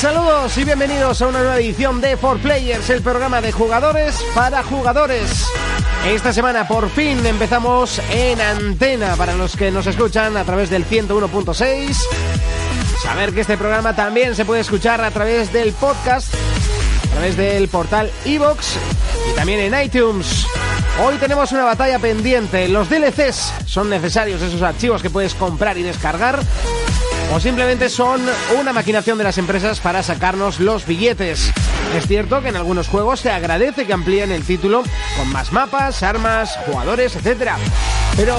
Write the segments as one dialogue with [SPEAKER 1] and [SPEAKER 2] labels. [SPEAKER 1] Saludos y bienvenidos a una nueva edición de 4Players, el programa de jugadores para jugadores. Esta semana por fin empezamos en antena para los que nos escuchan a través del 101.6. Saber que este programa también se puede escuchar a través del podcast, a través del portal Evox y también en iTunes. Hoy tenemos una batalla pendiente. Los DLCs son necesarios, esos archivos que puedes comprar y descargar. O simplemente son una maquinación de las empresas para sacarnos los billetes. Es cierto que en algunos juegos se agradece que amplíen el título con más mapas, armas, jugadores, etc. Pero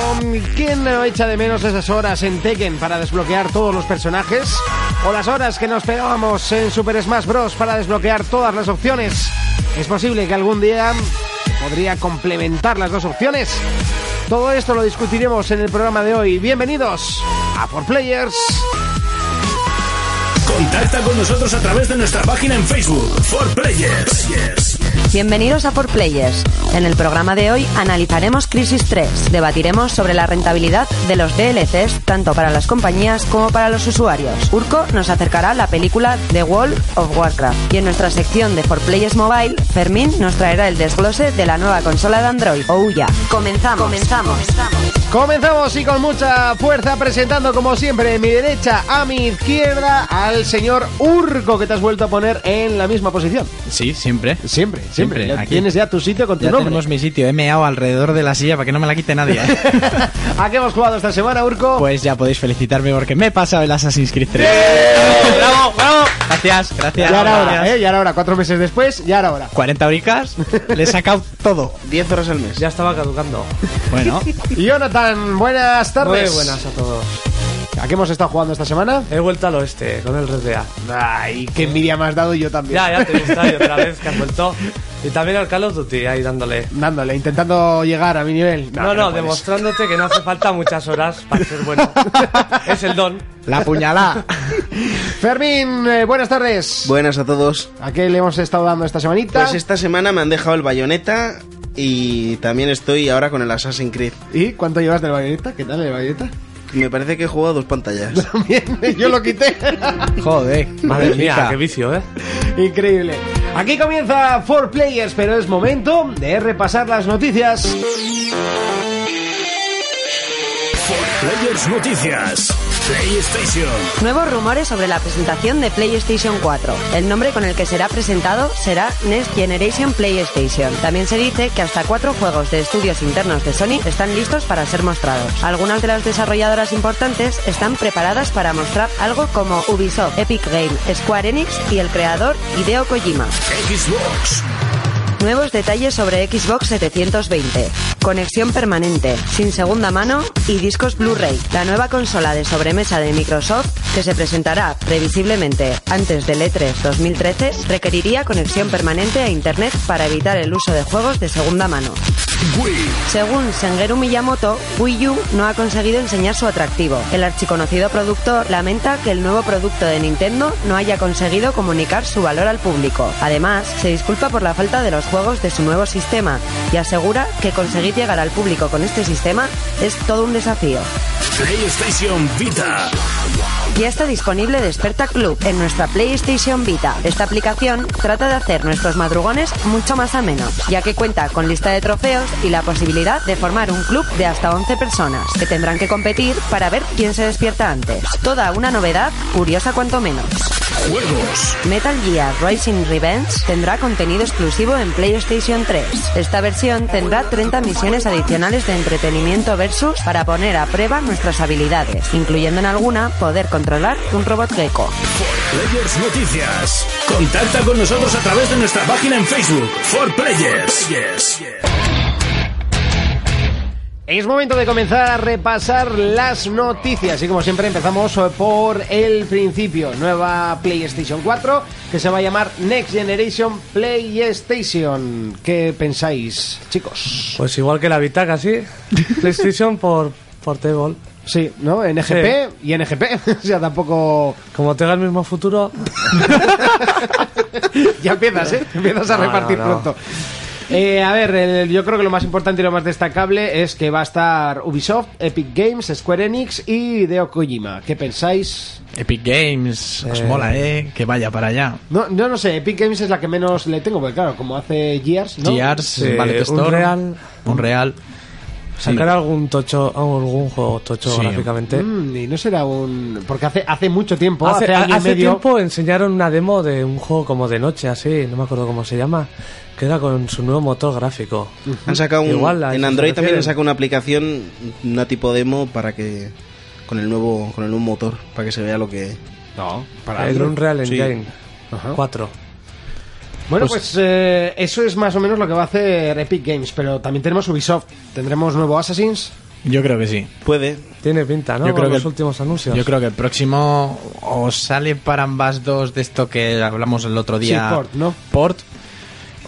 [SPEAKER 1] ¿quién no echa de menos esas horas en Tekken para desbloquear todos los personajes? ¿O las horas que nos pegábamos en Super Smash Bros. para desbloquear todas las opciones? Es posible que algún día podría complementar las dos opciones. Todo esto lo discutiremos en el programa de hoy. Bienvenidos a For Players.
[SPEAKER 2] Contacta con nosotros a través de nuestra página en Facebook, For Players.
[SPEAKER 3] Bienvenidos a Por Players. En el programa de hoy analizaremos Crisis 3, debatiremos sobre la rentabilidad de los DLCs tanto para las compañías como para los usuarios. Urco nos acercará la película The World of Warcraft y en nuestra sección de For Players Mobile, Fermín nos traerá el desglose de la nueva consola de Android, Ouya. Comenzamos. Comenzamos.
[SPEAKER 1] Comenzamos y con mucha fuerza presentando como siempre de mi derecha a mi izquierda al señor Urco que te has vuelto a poner en la misma posición.
[SPEAKER 4] Sí, siempre.
[SPEAKER 1] Siempre, siempre.
[SPEAKER 4] Siempre,
[SPEAKER 1] Ya
[SPEAKER 4] aquí.
[SPEAKER 1] Tienes ya tu sitio con tu
[SPEAKER 4] Ya
[SPEAKER 1] nombre.
[SPEAKER 4] tenemos mi sitio, he meado alrededor de la silla para que no me la quite nadie. ¿eh?
[SPEAKER 1] ¿A qué hemos jugado esta semana, Urco?
[SPEAKER 4] pues ya podéis felicitarme porque me he pasado el Assassin's Creed 3. ¡Bravo, bravo! Gracias, gracias.
[SPEAKER 1] ya era hora,
[SPEAKER 4] gracias.
[SPEAKER 1] ¿eh? Ya era hora. Cuatro meses después, ya era hora.
[SPEAKER 4] 40 horicas, le he sacado todo.
[SPEAKER 5] 10 horas al mes.
[SPEAKER 6] Ya estaba caducando.
[SPEAKER 4] Bueno,
[SPEAKER 1] Jonathan, buenas tardes.
[SPEAKER 6] Muy buenas a todos.
[SPEAKER 1] ¿A qué hemos estado jugando esta semana?
[SPEAKER 6] He vuelto al oeste con el RDA.
[SPEAKER 1] Ay, qué envidia me has dado y yo también.
[SPEAKER 6] Ya, ya te gusta y otra vez que has vuelto. Y también al Call of Duty ahí dándole.
[SPEAKER 1] Dándole, intentando llegar a mi nivel.
[SPEAKER 6] No, no,
[SPEAKER 1] que puedes.
[SPEAKER 6] demostrándote que no hace falta muchas horas para ser bueno. es el don.
[SPEAKER 4] la puñalada.
[SPEAKER 1] Fermín, eh, buenas tardes.
[SPEAKER 5] Buenas a todos.
[SPEAKER 1] ¿A qué le hemos estado dando esta semanita?
[SPEAKER 5] Pues esta semana me han dejado el bayoneta y también estoy ahora con el Assassin's Creed.
[SPEAKER 1] ¿Y cuánto llevas del bayoneta? ¿Qué tal el bayoneta?
[SPEAKER 5] Me parece que he jugado dos pantallas.
[SPEAKER 1] También, yo lo quité.
[SPEAKER 4] Joder,
[SPEAKER 6] Madre mía,
[SPEAKER 4] mía,
[SPEAKER 6] qué vicio, ¿eh?
[SPEAKER 1] Increíble. Aquí comienza 4 Players, pero es momento de repasar las noticias.
[SPEAKER 2] Players Noticias, PlayStation,
[SPEAKER 3] Nuevos rumores sobre la presentación de PlayStation 4. El nombre con el que será presentado será Next Generation PlayStation. También se dice que hasta cuatro juegos de estudios internos de Sony están listos para ser mostrados. Algunas de las desarrolladoras importantes están preparadas para mostrar algo como Ubisoft, Epic Game, Square Enix y el creador Hideo Kojima.
[SPEAKER 2] Xbox,
[SPEAKER 3] Nuevos detalles sobre Xbox 720. Conexión permanente, sin segunda mano y discos Blu-ray. La nueva consola de sobremesa de Microsoft, que se presentará previsiblemente antes del E E3 2013, requeriría conexión permanente a Internet para evitar el uso de juegos de segunda mano.
[SPEAKER 2] Wii,
[SPEAKER 3] Según Sengeru Miyamoto, Wii U no ha conseguido enseñar su atractivo. El archiconocido productor lamenta que el nuevo producto de Nintendo no haya conseguido comunicar su valor al público. Además, se disculpa por la falta de los juegos de su nuevo sistema y asegura que conseguir llegar al público con este sistema es todo un desafío.
[SPEAKER 2] PlayStation Vita,
[SPEAKER 3] Ya está disponible Desperta Club en nuestra PlayStation Vita. Esta aplicación trata de hacer nuestros madrugones mucho más amenos, ya que cuenta con lista de trofeos y la posibilidad de formar un club de hasta 11 personas, que tendrán que competir para ver quién se despierta antes. Toda una novedad, curiosa cuanto menos.
[SPEAKER 2] Juegos,
[SPEAKER 3] Metal Gear Rising Revenge tendrá contenido exclusivo en PlayStation 3. Esta versión tendrá 30 misiones adicionales de entretenimiento versus para poner a prueba nuestras habilidades, incluyendo en alguna poder controlar un robot gecko.
[SPEAKER 2] Players Noticias. Contacta con nosotros a través de nuestra página en Facebook, For Players.
[SPEAKER 1] Es momento de comenzar a repasar las noticias y como siempre empezamos por el principio. Nueva PlayStation 4 que se va a llamar Next Generation PlayStation. ¿Qué pensáis, chicos?
[SPEAKER 6] Pues igual que la Vita casi. PlayStation por Portable.
[SPEAKER 1] Sí, ¿no? NGP y NGP. o sea, tampoco...
[SPEAKER 6] Como tenga el mismo futuro,
[SPEAKER 1] Ya empiezas, ¿eh? Empiezas a
[SPEAKER 6] No,
[SPEAKER 1] repartir
[SPEAKER 6] no, no.
[SPEAKER 1] pronto. Eh, a ver, el- yo creo que lo más importante y lo más destacable es que va a estar Ubisoft, Epic Games, Square Enix y Hideo Kojima. ¿Qué pensáis?
[SPEAKER 4] Epic Games, os mola, ¿eh? Que vaya para allá.
[SPEAKER 1] No, no, no sé, Epic Games es la que menos le tengo, porque claro, como hace Gears, ¿no?
[SPEAKER 4] Gears,
[SPEAKER 6] Eh,
[SPEAKER 4] Ballet Storm,
[SPEAKER 6] Unreal.
[SPEAKER 4] Unreal. Sí.
[SPEAKER 6] Sacar algún tocho, algún juego tocho
[SPEAKER 4] Sí.
[SPEAKER 6] gráficamente.
[SPEAKER 1] Mm, y no será un... Porque hace, hace mucho tiempo, hace,
[SPEAKER 6] Hace,
[SPEAKER 1] año y
[SPEAKER 6] hace
[SPEAKER 1] medio...
[SPEAKER 6] tiempo enseñaron una demo de un juego como de noche, así, no me acuerdo cómo se llama, que era con su nuevo motor gráfico.
[SPEAKER 5] Han sacado un,
[SPEAKER 6] Igual, a eso
[SPEAKER 5] en
[SPEAKER 6] se
[SPEAKER 5] Android también
[SPEAKER 6] refieren.
[SPEAKER 5] han sacado una aplicación, una tipo demo para que con el nuevo con el nuevo motor para que se vea lo que
[SPEAKER 1] No, para
[SPEAKER 6] El
[SPEAKER 1] otro.
[SPEAKER 6] Unreal
[SPEAKER 5] Sí.
[SPEAKER 6] Engine
[SPEAKER 1] Ajá.
[SPEAKER 6] 4.
[SPEAKER 1] Bueno, pues, eh, eso es más o menos lo que va a hacer Epic Games, pero también tenemos Ubisoft, tendremos nuevo Assassin's.
[SPEAKER 4] Yo creo que sí.
[SPEAKER 5] puede.
[SPEAKER 6] Tiene pinta, ¿no?
[SPEAKER 4] Yo creo
[SPEAKER 6] Con
[SPEAKER 4] que
[SPEAKER 6] los
[SPEAKER 4] el-
[SPEAKER 6] últimos anuncios.
[SPEAKER 4] Yo creo que el próximo os sale para ambas dos de esto que hablamos el otro día.
[SPEAKER 1] Sí, port, ¿no?
[SPEAKER 4] Port.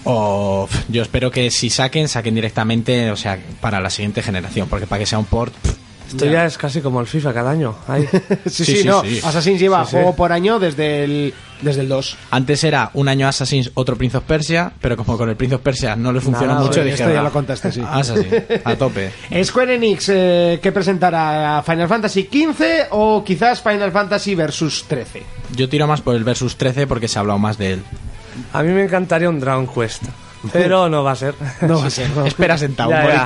[SPEAKER 4] O pf, yo espero que si saquen, saquen directamente, o sea, para la siguiente generación, porque para que sea un port, pf,
[SPEAKER 6] Esto ya. es casi como el FIFA cada año. Ahí.
[SPEAKER 1] sí, sí,
[SPEAKER 4] Sí, sí,
[SPEAKER 1] no.
[SPEAKER 4] sí.
[SPEAKER 1] Assassin's lleva
[SPEAKER 6] Sí, sí.
[SPEAKER 1] juego por año desde el, desde el 2.
[SPEAKER 4] antes era un año Assassin's, otro Prince of Persia, pero como con el Prince of Persia no le funcionó
[SPEAKER 6] Nada,
[SPEAKER 4] mucho,
[SPEAKER 1] sí,
[SPEAKER 4] dije,
[SPEAKER 1] esto ya
[SPEAKER 4] "Ah,
[SPEAKER 1] lo contaste, sí".
[SPEAKER 4] Assassin, a tope.
[SPEAKER 1] Square Enix, eh, que presentará Final Fantasy XV o quizás Final Fantasy Versus 13.
[SPEAKER 4] Yo tiro más por el Versus 13 porque se ha hablado más de él.
[SPEAKER 6] A mí me encantaría un Dragon Quest, pero no va a ser.
[SPEAKER 1] No va a ser, no.
[SPEAKER 4] Espera sentado, un
[SPEAKER 6] Ya, ya.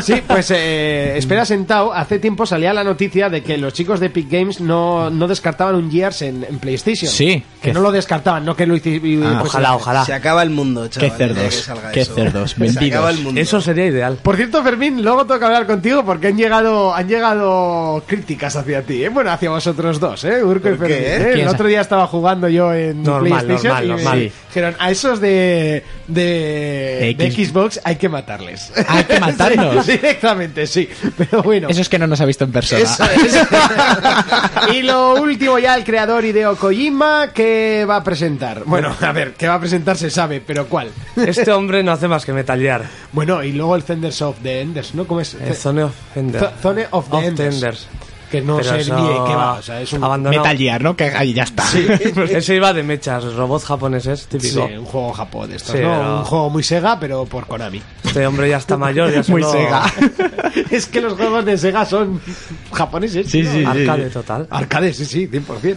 [SPEAKER 1] Sí, pues eh, espera sentado. Hace tiempo salía la noticia de que los chicos de Epic Games no, no descartaban un Gears en, en PlayStation.
[SPEAKER 4] Sí.
[SPEAKER 1] Que no lo descartaban, no que lo pues, eh, hicieron.
[SPEAKER 4] Ah.
[SPEAKER 6] Ojalá, ojalá.
[SPEAKER 5] Se acaba el mundo, chaval.
[SPEAKER 4] Qué cerdos,
[SPEAKER 5] ya que salga
[SPEAKER 4] qué
[SPEAKER 5] eso.
[SPEAKER 4] cerdos,
[SPEAKER 5] Se acaba
[SPEAKER 4] vendidos.
[SPEAKER 5] el mundo.
[SPEAKER 6] Eso sería ideal.
[SPEAKER 1] Por cierto, Fermín, luego tengo que hablar contigo porque han llegado, han llegado críticas hacia ti, ¿eh? Bueno, hacia vosotros dos, ¿eh? Urco y
[SPEAKER 5] ¿Por
[SPEAKER 1] Fermín. ¿eh?
[SPEAKER 5] qué?
[SPEAKER 1] El
[SPEAKER 4] ¿Quién sa-
[SPEAKER 1] otro día estaba jugando yo en
[SPEAKER 6] Normal,
[SPEAKER 1] PlayStation
[SPEAKER 6] normal,
[SPEAKER 1] y
[SPEAKER 6] normal.
[SPEAKER 1] me dijeron, a esos de, de,
[SPEAKER 4] X- Ah,
[SPEAKER 1] de Xbox hay que matarles.
[SPEAKER 4] Hay que matarlos.
[SPEAKER 1] Sí, directamente, sí. Pero bueno.
[SPEAKER 4] Eso es que no nos ha visto en persona.
[SPEAKER 1] Eso es. y lo último ya, el creador Hideo Kojima, que va a presentar. Bueno, a ver, que va a presentar se sabe, pero ¿cuál?
[SPEAKER 6] Este hombre no hace más que metallear.
[SPEAKER 1] Bueno, y luego el Thunders of the Enders, ¿no? ¿Cómo es?
[SPEAKER 6] El Zone of Ender.
[SPEAKER 1] Zo- Zone of the Enders.
[SPEAKER 6] Enders.
[SPEAKER 1] Que no
[SPEAKER 6] Pero
[SPEAKER 1] sé
[SPEAKER 6] eso
[SPEAKER 1] ni de qué va. O sea, es un,
[SPEAKER 6] abandonado.
[SPEAKER 4] Metal Gear, ¿no? Que ahí ya está.
[SPEAKER 6] Ese iba de mechas, robots japoneses,
[SPEAKER 1] sí,
[SPEAKER 6] típico.
[SPEAKER 1] un juego Japón de estos,
[SPEAKER 6] Sí,
[SPEAKER 1] ¿no?
[SPEAKER 6] pero-
[SPEAKER 1] Un juego muy Sega, pero por Konami.
[SPEAKER 6] Este hombre ya está mayor, ya
[SPEAKER 4] Muy
[SPEAKER 6] solo-
[SPEAKER 4] Sega.
[SPEAKER 1] es que los juegos de Sega son japoneses.
[SPEAKER 4] Sí,
[SPEAKER 1] ¿no?
[SPEAKER 4] sí, sí.
[SPEAKER 6] Arcade total.
[SPEAKER 1] Arcade, sí, sí, 100%.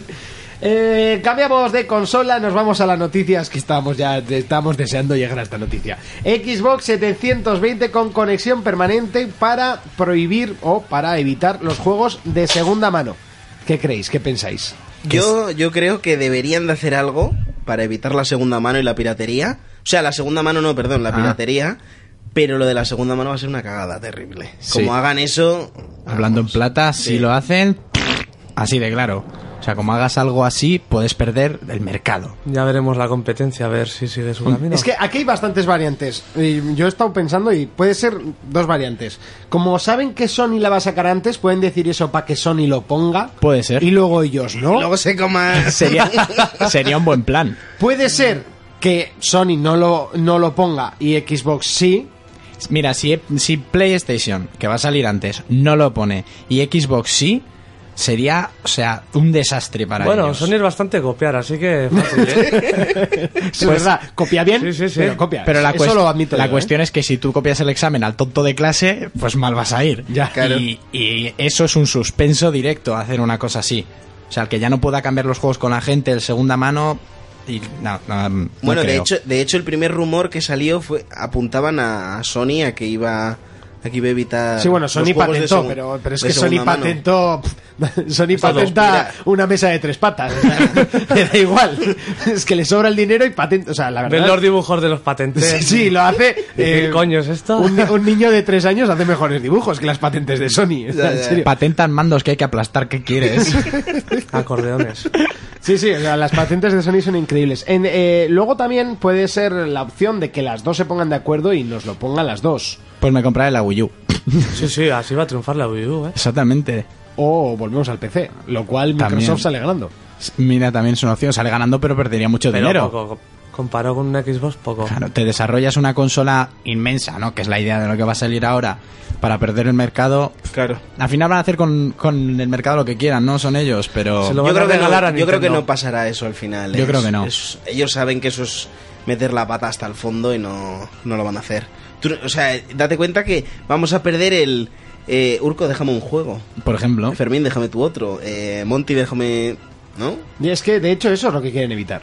[SPEAKER 1] Eh, cambiamos de consola, nos vamos a las noticias que estábamos ya estamos deseando llegar a esta noticia. Xbox 720 con conexión permanente para prohibir o para evitar los juegos de segunda mano. ¿Qué creéis? ¿Qué pensáis?
[SPEAKER 5] Yo, yo creo que deberían de hacer algo para evitar la segunda mano y la piratería. O sea, la segunda mano no, perdón,
[SPEAKER 1] Ah.
[SPEAKER 5] la piratería. Pero lo de la segunda mano va a ser una cagada terrible.
[SPEAKER 4] Sí.
[SPEAKER 5] Como hagan eso...
[SPEAKER 4] Hablando en plata, si lo hacen, así de claro. O sea, como hagas algo así, puedes perder el mercado.
[SPEAKER 6] Ya veremos la competencia, a ver si sigue su
[SPEAKER 4] Mm,
[SPEAKER 6] camino.
[SPEAKER 1] Es que aquí hay bastantes variantes. Y Yo he estado pensando y puede ser dos variantes. Como saben que Sony la va a sacar antes, pueden decir eso para que Sony lo ponga.
[SPEAKER 4] Puede ser.
[SPEAKER 1] Y luego ellos, Oh. ¿no?
[SPEAKER 5] Luego se coma...
[SPEAKER 4] Sería, sería un buen plan.
[SPEAKER 1] Puede ser que Sony no lo, no lo ponga y Xbox sí.
[SPEAKER 4] Mira, si, si PlayStation, que va a salir antes, no lo pone y Xbox sí, sería, o sea, un desastre para
[SPEAKER 6] bueno,
[SPEAKER 4] ellos.
[SPEAKER 6] son ir bastante copiar, así que fácil, ¿eh?
[SPEAKER 1] Es verdad, copia bien,
[SPEAKER 6] Sí, sí, sí.
[SPEAKER 1] pero copia.
[SPEAKER 4] Pues- Pero la,
[SPEAKER 1] Eso
[SPEAKER 4] cuest-
[SPEAKER 1] lo admito
[SPEAKER 4] la
[SPEAKER 1] yo, ¿eh?
[SPEAKER 4] cuestión es que si tú copias el examen al tonto de clase, pues mal vas a ir.
[SPEAKER 1] Ya, claro.
[SPEAKER 4] y, y eso es un suspenso directo, hacer una cosa así. O sea, el que ya no pueda cambiar los juegos con la gente de segunda mano. Y, no, no, no
[SPEAKER 5] Bueno, de
[SPEAKER 4] creo.
[SPEAKER 5] hecho, de hecho el primer rumor que salió fue apuntaban a Sony a que iba a que iba a evitar
[SPEAKER 1] Sí, bueno,
[SPEAKER 5] los
[SPEAKER 1] Sony
[SPEAKER 5] juegos de
[SPEAKER 1] patentó,
[SPEAKER 5] segun-
[SPEAKER 1] pero, pero es
[SPEAKER 5] de
[SPEAKER 1] que Sony
[SPEAKER 5] segunda mano.
[SPEAKER 1] patentó. Sony
[SPEAKER 5] Estas dos,
[SPEAKER 1] patenta
[SPEAKER 5] mira.
[SPEAKER 1] una mesa de tres patas. o sea, Le da igual. Es que le sobra el dinero y patenta. O sea, la
[SPEAKER 6] Ven
[SPEAKER 1] verdad.
[SPEAKER 6] los dibujos de los patentes.
[SPEAKER 1] Sí, sí, lo hace. eh,
[SPEAKER 6] ¿Qué coño es esto?
[SPEAKER 1] Un, ni- un niño de tres años hace mejores dibujos que las patentes de Sony. o sea, en serio.
[SPEAKER 4] Patentan mandos que hay que aplastar, ¿qué quieres?
[SPEAKER 6] Acordeones.
[SPEAKER 1] Sí, sí, o sea, las patentes de Sony son increíbles. En, eh, luego también puede ser la opción de que las dos se pongan de acuerdo y nos lo pongan las dos.
[SPEAKER 4] pues me compraré la Wii U.
[SPEAKER 6] Sí, sí, así va a triunfar la Wii U, ¿eh?
[SPEAKER 4] Exactamente.
[SPEAKER 1] O volvemos al PC, lo cual Microsoft
[SPEAKER 4] También.
[SPEAKER 1] sale ganando.
[SPEAKER 4] Mira, también es una opción. Sale ganando, pero perdería mucho
[SPEAKER 6] Pero
[SPEAKER 4] dinero.
[SPEAKER 6] poco, Comparado con una Xbox, poco.
[SPEAKER 4] Claro, te desarrollas una consola inmensa, ¿no? Que es la idea de lo que va a salir ahora para perder el mercado.
[SPEAKER 5] Claro.
[SPEAKER 4] Al final van a hacer con, con el mercado lo que quieran, no son ellos, pero
[SPEAKER 6] Se lo
[SPEAKER 5] Yo
[SPEAKER 6] van a
[SPEAKER 5] creo, que
[SPEAKER 6] regalar a
[SPEAKER 5] no, yo creo que
[SPEAKER 6] Nintendo.
[SPEAKER 5] no pasará eso al final.
[SPEAKER 4] Yo
[SPEAKER 5] es-
[SPEAKER 4] creo que no.
[SPEAKER 5] es- ellos saben que eso es meter la pata hasta el fondo y no, no lo van a hacer. Tú- o sea, date cuenta que vamos a perder el... eh, Urco, déjame un juego.
[SPEAKER 4] por ejemplo,
[SPEAKER 5] Fermín, déjame tu otro. Eh, Monty, déjame... ¿No?
[SPEAKER 1] Y es que, de hecho, eso es lo que quieren evitar.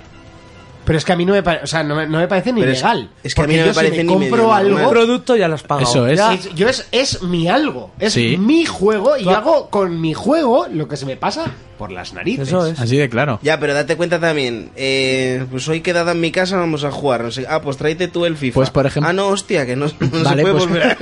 [SPEAKER 1] Pero es que a mí no me, pare- o sea, no me, no me parece ni
[SPEAKER 5] Pero es-
[SPEAKER 1] legal.
[SPEAKER 5] es que a mí
[SPEAKER 1] Porque
[SPEAKER 5] no me
[SPEAKER 1] yo si
[SPEAKER 5] parece ni medio
[SPEAKER 1] compro
[SPEAKER 5] normal.
[SPEAKER 1] algo,
[SPEAKER 6] Un producto ya lo has pagado.
[SPEAKER 4] Eso es.
[SPEAKER 6] Ya-
[SPEAKER 1] Es, yo es, es mi algo, es
[SPEAKER 4] Sí.
[SPEAKER 1] mi juego y
[SPEAKER 6] Tú
[SPEAKER 1] yo
[SPEAKER 6] ha-
[SPEAKER 1] hago con mi juego lo que se me pasa por las narices.
[SPEAKER 6] Eso es.
[SPEAKER 4] así de claro.
[SPEAKER 5] Ya, pero date cuenta también. eh, pues hoy quedada en mi casa, vamos a jugar. No sé, ah, pues tráete tú el FIFA.
[SPEAKER 4] Pues, por ejemplo-
[SPEAKER 5] Ah, no, hostia, que no, no
[SPEAKER 4] Vale,
[SPEAKER 5] se puede
[SPEAKER 4] pues,
[SPEAKER 5] volver.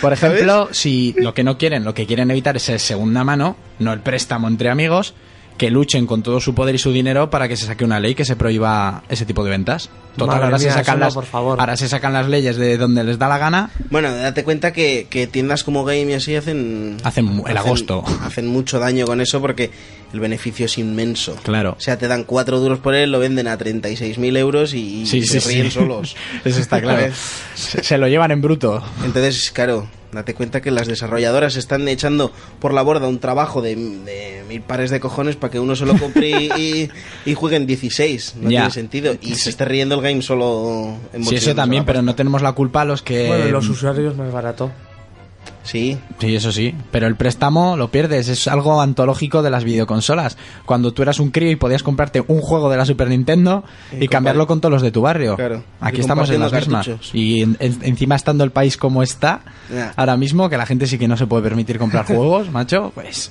[SPEAKER 4] Por ejemplo, si lo que no quieren, lo que quieren evitar es el segunda mano, no el préstamo entre amigos, que luchen con todo su poder y su dinero para que se saque una ley que se prohíba ese tipo de ventas. Total,
[SPEAKER 6] Madre
[SPEAKER 4] ahora, se
[SPEAKER 6] mía,
[SPEAKER 4] sacan
[SPEAKER 6] eso no,
[SPEAKER 4] las,
[SPEAKER 6] por favor.
[SPEAKER 4] ahora se sacan las leyes de donde les da la gana.
[SPEAKER 5] Bueno, date cuenta que, que tiendas como Game y así hacen...
[SPEAKER 4] Hacen mu- el agosto.
[SPEAKER 5] Hacen mucho daño con eso porque el beneficio es inmenso.
[SPEAKER 4] Claro.
[SPEAKER 5] O sea, te dan 4 duros por él, lo venden a 36.000 euros y, y se ríen solos.
[SPEAKER 4] Eso está claro.
[SPEAKER 5] ¿Sabes?
[SPEAKER 4] se, se lo llevan en bruto.
[SPEAKER 5] Entonces, claro, date cuenta que las desarrolladoras están echando por la borda un trabajo de, de mil pares de cojones para que uno solo compre y, y, y juegue en 16. No
[SPEAKER 4] Ya.
[SPEAKER 5] tiene sentido. Y se esté riendo el game solo en
[SPEAKER 4] Sí, eso también, pero no tenemos la culpa a los que...
[SPEAKER 6] Bueno, los usuarios más barato.
[SPEAKER 5] Sí.
[SPEAKER 4] Sí, eso sí. Pero el préstamo lo pierdes. Es algo antológico de las videoconsolas. Cuando tú eras un crío y podías comprarte un juego de la Super Nintendo y,
[SPEAKER 5] Y
[SPEAKER 4] cambiarlo
[SPEAKER 5] compar-
[SPEAKER 4] con todos los de tu barrio.
[SPEAKER 5] Claro.
[SPEAKER 4] Aquí
[SPEAKER 5] Y
[SPEAKER 4] estamos en las
[SPEAKER 5] compartiendo
[SPEAKER 4] mismas.
[SPEAKER 5] cartuchos.
[SPEAKER 4] Y en- en- encima estando el país como está,
[SPEAKER 5] Ya.
[SPEAKER 4] ahora mismo, que la gente sí que no se puede permitir comprar juegos, macho, pues...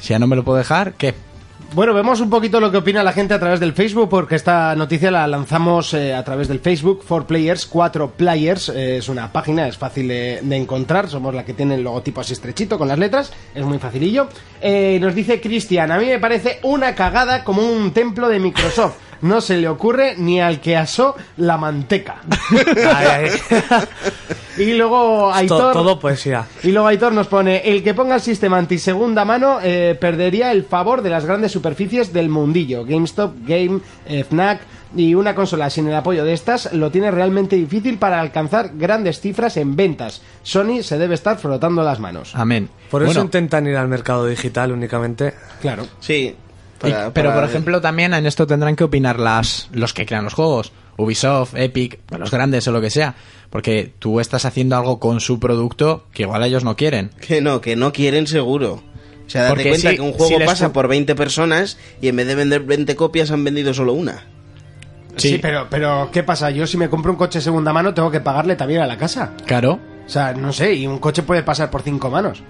[SPEAKER 4] Si ya no me lo puedo dejar, ¿qué?
[SPEAKER 1] Bueno, vemos un poquito lo que opina la gente a través del Facebook, porque esta noticia la lanzamos eh, a través del Facebook, 4Players, 4Players, eh, es una página, es fácil de, de encontrar, somos la que tiene el logotipo así estrechito con las letras, es muy facilillo. Eh, nos dice Cristian, a mí me parece una cagada como un templo de Microsoft, no se le ocurre ni al que asó la manteca.
[SPEAKER 6] Ay, ay.
[SPEAKER 1] Y luego
[SPEAKER 6] To-
[SPEAKER 1] Aitor...
[SPEAKER 6] todo poesía.
[SPEAKER 1] Y luego Aitor nos pone, el que ponga el sistema antisegunda mano eh, perdería el favor de las grandes superficies del mundillo, GameStop, Game, eh, Fnac, y una consola sin el apoyo de estas lo tiene realmente difícil para alcanzar grandes cifras en ventas. Sony se debe estar frotando las manos.
[SPEAKER 4] Amén.
[SPEAKER 6] Por eso
[SPEAKER 4] Bueno,
[SPEAKER 6] intentan ir al mercado digital únicamente.
[SPEAKER 1] Claro.
[SPEAKER 5] Sí.
[SPEAKER 4] Y-
[SPEAKER 5] para-
[SPEAKER 4] pero
[SPEAKER 5] para-
[SPEAKER 4] por ejemplo también en esto tendrán que opinar las los que crean los juegos Ubisoft Epic los grandes o lo que sea porque tú estás haciendo algo con su producto que igual ellos no quieren
[SPEAKER 5] Que no, que no quieren seguro. O sea, date
[SPEAKER 4] Porque
[SPEAKER 5] cuenta
[SPEAKER 4] si-
[SPEAKER 5] que un
[SPEAKER 4] si
[SPEAKER 5] juego
[SPEAKER 4] les-
[SPEAKER 5] pasa por 20 personas y en vez de vender 20 copias han vendido solo una.
[SPEAKER 1] Sí, pero, pero ¿qué pasa? Yo si me compro un coche segunda mano tengo que pagarle también a la casa.
[SPEAKER 4] claro
[SPEAKER 1] O sea, no sé, y un coche puede pasar por cinco manos.